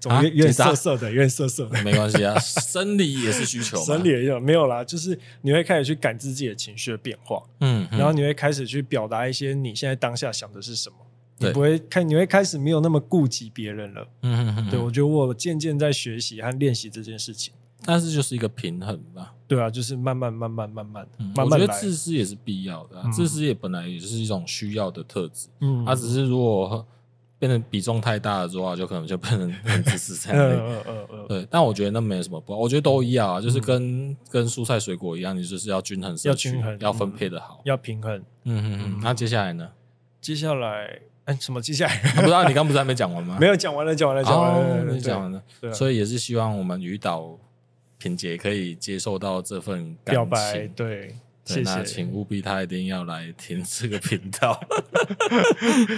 Speaker 2: 总
Speaker 1: 啊
Speaker 2: 有有
Speaker 1: 其
Speaker 2: 点
Speaker 1: 实啊
Speaker 2: 涩涩的，有点涩涩的。
Speaker 1: 没关系啊，生理也是需求嘛。
Speaker 2: 整理，了一下，没有啦，就是你会开始去感知自己的情绪的变化，
Speaker 1: 嗯，
Speaker 2: 然后你会开始去表达一些你现在当下想的是什么，你
Speaker 1: 对
Speaker 2: 不会开，你会开始没有那么顾及别人了。
Speaker 1: 嗯嗯嗯，
Speaker 2: 对，
Speaker 1: 对，
Speaker 2: 我觉得我渐渐在学习和练习这件事情。
Speaker 1: 但是就是一个平衡吧。
Speaker 2: 对啊，就是慢慢、慢慢、慢慢、
Speaker 1: 嗯
Speaker 2: 慢
Speaker 1: 我觉
Speaker 2: 慢
Speaker 1: 得
Speaker 2: 来。
Speaker 1: 自私也是必要的啊、
Speaker 2: 嗯
Speaker 1: 自私也本来也是一种需要的特质。
Speaker 2: 嗯
Speaker 1: 它只是如果变成比重太大了之后啊，就可能就变成很自私这
Speaker 2: 嗯
Speaker 1: 样的。
Speaker 2: 嗯嗯嗯嗯，
Speaker 1: 对，但我觉得那没有什么不好，我觉得都一样啊，就是跟、跟蔬菜水果一样，你就是要均衡摄取，
Speaker 2: 要均衡
Speaker 1: 要分配的好。
Speaker 2: 要平衡。
Speaker 1: 嗯嗯嗯
Speaker 2: 嗯。
Speaker 1: 那接下来呢？啊
Speaker 2: 接下来，哎，什么？接下
Speaker 1: 我不
Speaker 2: 来
Speaker 1: 知道你刚不是还没讲完吗？
Speaker 2: [laughs] 没有讲完了，讲完了，讲完了，
Speaker 1: 嗯哦，
Speaker 2: 对
Speaker 1: 你讲完了，
Speaker 2: 对啊
Speaker 1: 所以也是希望我们于导品姐可以接受到这份感
Speaker 2: 表白，
Speaker 1: 情。
Speaker 2: 对，
Speaker 1: 对
Speaker 2: 谢
Speaker 1: 那
Speaker 2: 谢， [laughs]
Speaker 1: 请务必他一定要来听这个频道。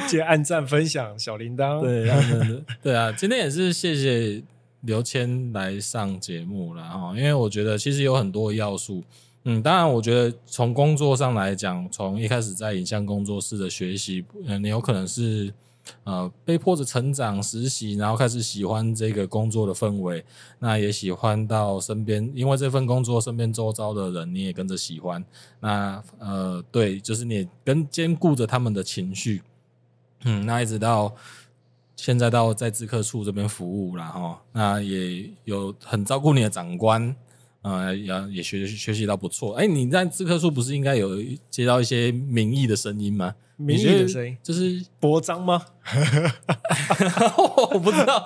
Speaker 2: 记得按赞、分享、小铃铛，
Speaker 1: 对啊，真的对啊，今天也是谢谢刘谦来上节目啦。哈，因为我觉得其实有很多要素。嗯，当然，我觉得从工作上来讲，从一开始在影像工作室的学习，嗯、你有可能是呃被迫着成长、实习，然后开始喜欢这个工作的氛围，那也喜欢到身边，因为这份工作身边周遭的人你也跟着喜欢，那呃对，就是你也跟兼顾着他们的情绪，嗯，那一直到现在到在自客处这边服务啦，哈，那也有很照顾你的长官，呃，也也学学习到不错。哎、你在自客处不是应该有接到一些民意的声音吗？
Speaker 2: 民意
Speaker 1: 你觉得
Speaker 2: 的声音，
Speaker 1: 就是 [laughs]
Speaker 2: 博章吗？
Speaker 1: 我不知道，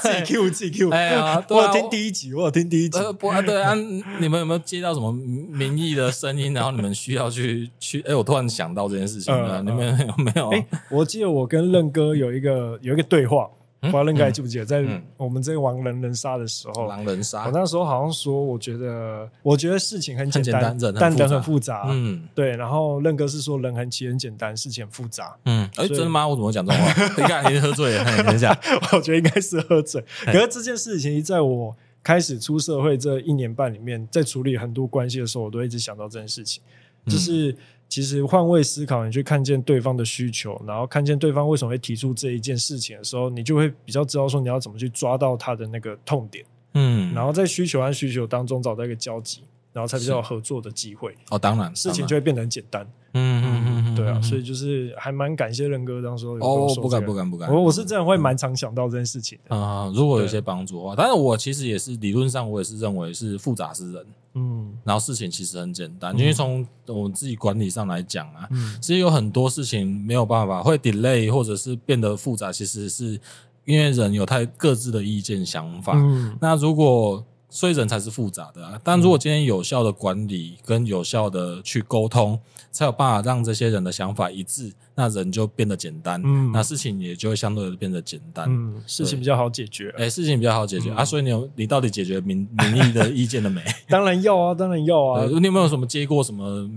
Speaker 2: 自己 Q 自己 Q，
Speaker 1: 哎
Speaker 2: [laughs]
Speaker 1: 呀对
Speaker 2: 我
Speaker 1: 啊
Speaker 2: 有听第一集，我有听第一集，
Speaker 1: 呃，不啊，对啊，你们有没有接到什么民意的声音？然后你们需要去去？哎、我突然想到这件事情了，
Speaker 2: 嗯
Speaker 1: 你们有没有？
Speaker 2: 哎，我记得我跟任哥有一个有一个对话，不知道任哥还记不记得，在
Speaker 1: 嗯
Speaker 2: 我们在玩人人杀的时候，
Speaker 1: 狼人
Speaker 2: 我
Speaker 1: 杀，
Speaker 2: 那时候好像说，我觉得我觉得事情很简
Speaker 1: 很简单人很
Speaker 2: 但人
Speaker 1: 复杂
Speaker 2: 很复杂。
Speaker 1: 嗯
Speaker 2: 对，然后任哥是说人很奇很简单，事情很复杂。
Speaker 1: 嗯，哎、
Speaker 2: 所以
Speaker 1: 真的吗？我怎么会讲这种
Speaker 2: [laughs]
Speaker 1: 话？你看，你喝醉了，嘿等一下，
Speaker 2: 我觉得应该是喝醉。可是这件事情在我开始出社会这一年半里面，在处理很多关系的时候，我都一直想到这件事情，
Speaker 1: 嗯
Speaker 2: 就是其实换位思考，你去看见对方的需求，然后看见对方为什么会提出这一件事情的时候，你就会比较知道说你要怎么去抓到他的那个痛点，
Speaker 1: 嗯，
Speaker 2: 然后在需求和需求当中找到一个交集。然后才比较有合作的机会，
Speaker 1: 哦，当然，
Speaker 2: 事情
Speaker 1: 当然
Speaker 2: 就会变得很简单。
Speaker 1: 嗯嗯嗯，
Speaker 2: 对啊，
Speaker 1: 嗯
Speaker 2: 所以就是还蛮感谢任哥当时有跟我
Speaker 1: 哦，
Speaker 2: 说
Speaker 1: 不敢
Speaker 2: 这个
Speaker 1: 不，敢不敢，嗯
Speaker 2: 我我是真的会蛮常想到这件事情的。
Speaker 1: 啊、如果有些帮助的话，但是我其实也是理论上我也是认为是复杂是人，
Speaker 2: 嗯
Speaker 1: 然后事情其实很简单，因为从我自己管理上来讲啊，
Speaker 2: 嗯，
Speaker 1: 其实有很多事情没有办法会 delay 或者是变得复杂，其实是因为人有太各自的意见想法。
Speaker 2: 嗯
Speaker 1: 那如果所以人才是复杂的啊，但如果今天有效的管理跟有效的去沟通，才有办法让这些人的想法一致，那人就变得简单，
Speaker 2: 嗯
Speaker 1: 那事情也就会相对的变得简单。
Speaker 2: 嗯，事情比较好解决。
Speaker 1: 哎、事情比较好解决、
Speaker 2: 嗯
Speaker 1: 啊，所以你有你到底解决民民意的意见了
Speaker 2: [laughs]
Speaker 1: 没？
Speaker 2: 当然要啊，当然要啊
Speaker 1: 呃，你有没有什么接过什么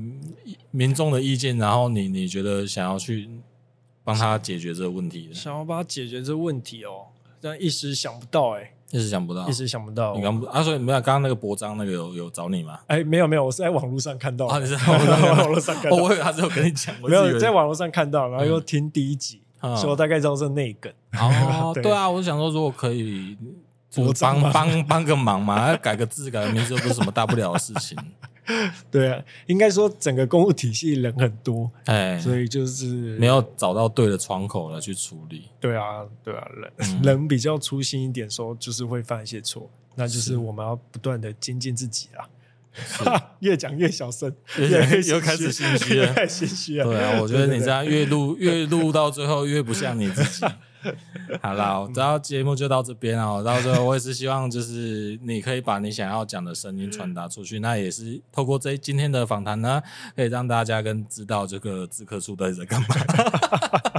Speaker 1: 民众的意见，然后你你觉得想要去帮他解决这个问题的？
Speaker 2: 想要帮他解决这问题哦，但一时想不到哎，
Speaker 1: 一时想不到
Speaker 2: 一，时想不到哦
Speaker 1: 你。刚不啊，所以没有刚刚那个博章那个有有找你
Speaker 2: [laughs]
Speaker 1: 吗？
Speaker 2: 哎，没有没有，我是在网络上看到
Speaker 1: 啊，你
Speaker 2: 的，
Speaker 1: 是
Speaker 2: 我在 [laughs] 网络上看
Speaker 1: 哦，
Speaker 2: 到，
Speaker 1: 我以为他只有跟你讲，我
Speaker 2: 没
Speaker 1: 自以
Speaker 2: 有
Speaker 1: 为
Speaker 2: 在网络上看到，然后又听第一集，
Speaker 1: 嗯
Speaker 2: 所以我大概知道这内梗。
Speaker 1: 哦，
Speaker 2: [laughs] 对
Speaker 1: 对啊，我想说如果可以。就是
Speaker 2: 我
Speaker 1: 帮帮帮个忙嘛，改个字改个名字又不是什么大不了的事情。
Speaker 2: 对啊，应该说整个公务体系人很多，
Speaker 1: 哎，
Speaker 2: [laughs] 所以就是
Speaker 1: 没有找到对的窗口来去处理。
Speaker 2: 对啊，对啊，人、
Speaker 1: 嗯
Speaker 2: [laughs] 人比较粗心一点，时候就是会犯一些错，那就是我们要不断的精进自己啦。 [laughs] 越讲越小声，
Speaker 1: 越
Speaker 2: 越来越
Speaker 1: 又开始
Speaker 2: 心
Speaker 1: 心虚
Speaker 2: 越
Speaker 1: 了
Speaker 2: 来越心虚了。
Speaker 1: 对啊，我觉得
Speaker 2: 对
Speaker 1: 你这样越录越录到最后越不像你自己。好啦，我然后节目就到这边啊，到最后我也是希望就是你可以把你想要讲的声音传达出去，那也是透过这今天的访谈呢，可以让大家跟知道这个自客处到底在干嘛。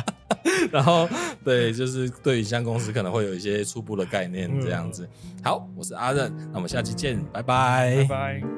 Speaker 1: [laughs] 然后对，就是对影像公司可能会有一些初步的概念这样子。好，我是阿任，那我们下期见，拜拜
Speaker 2: 拜拜。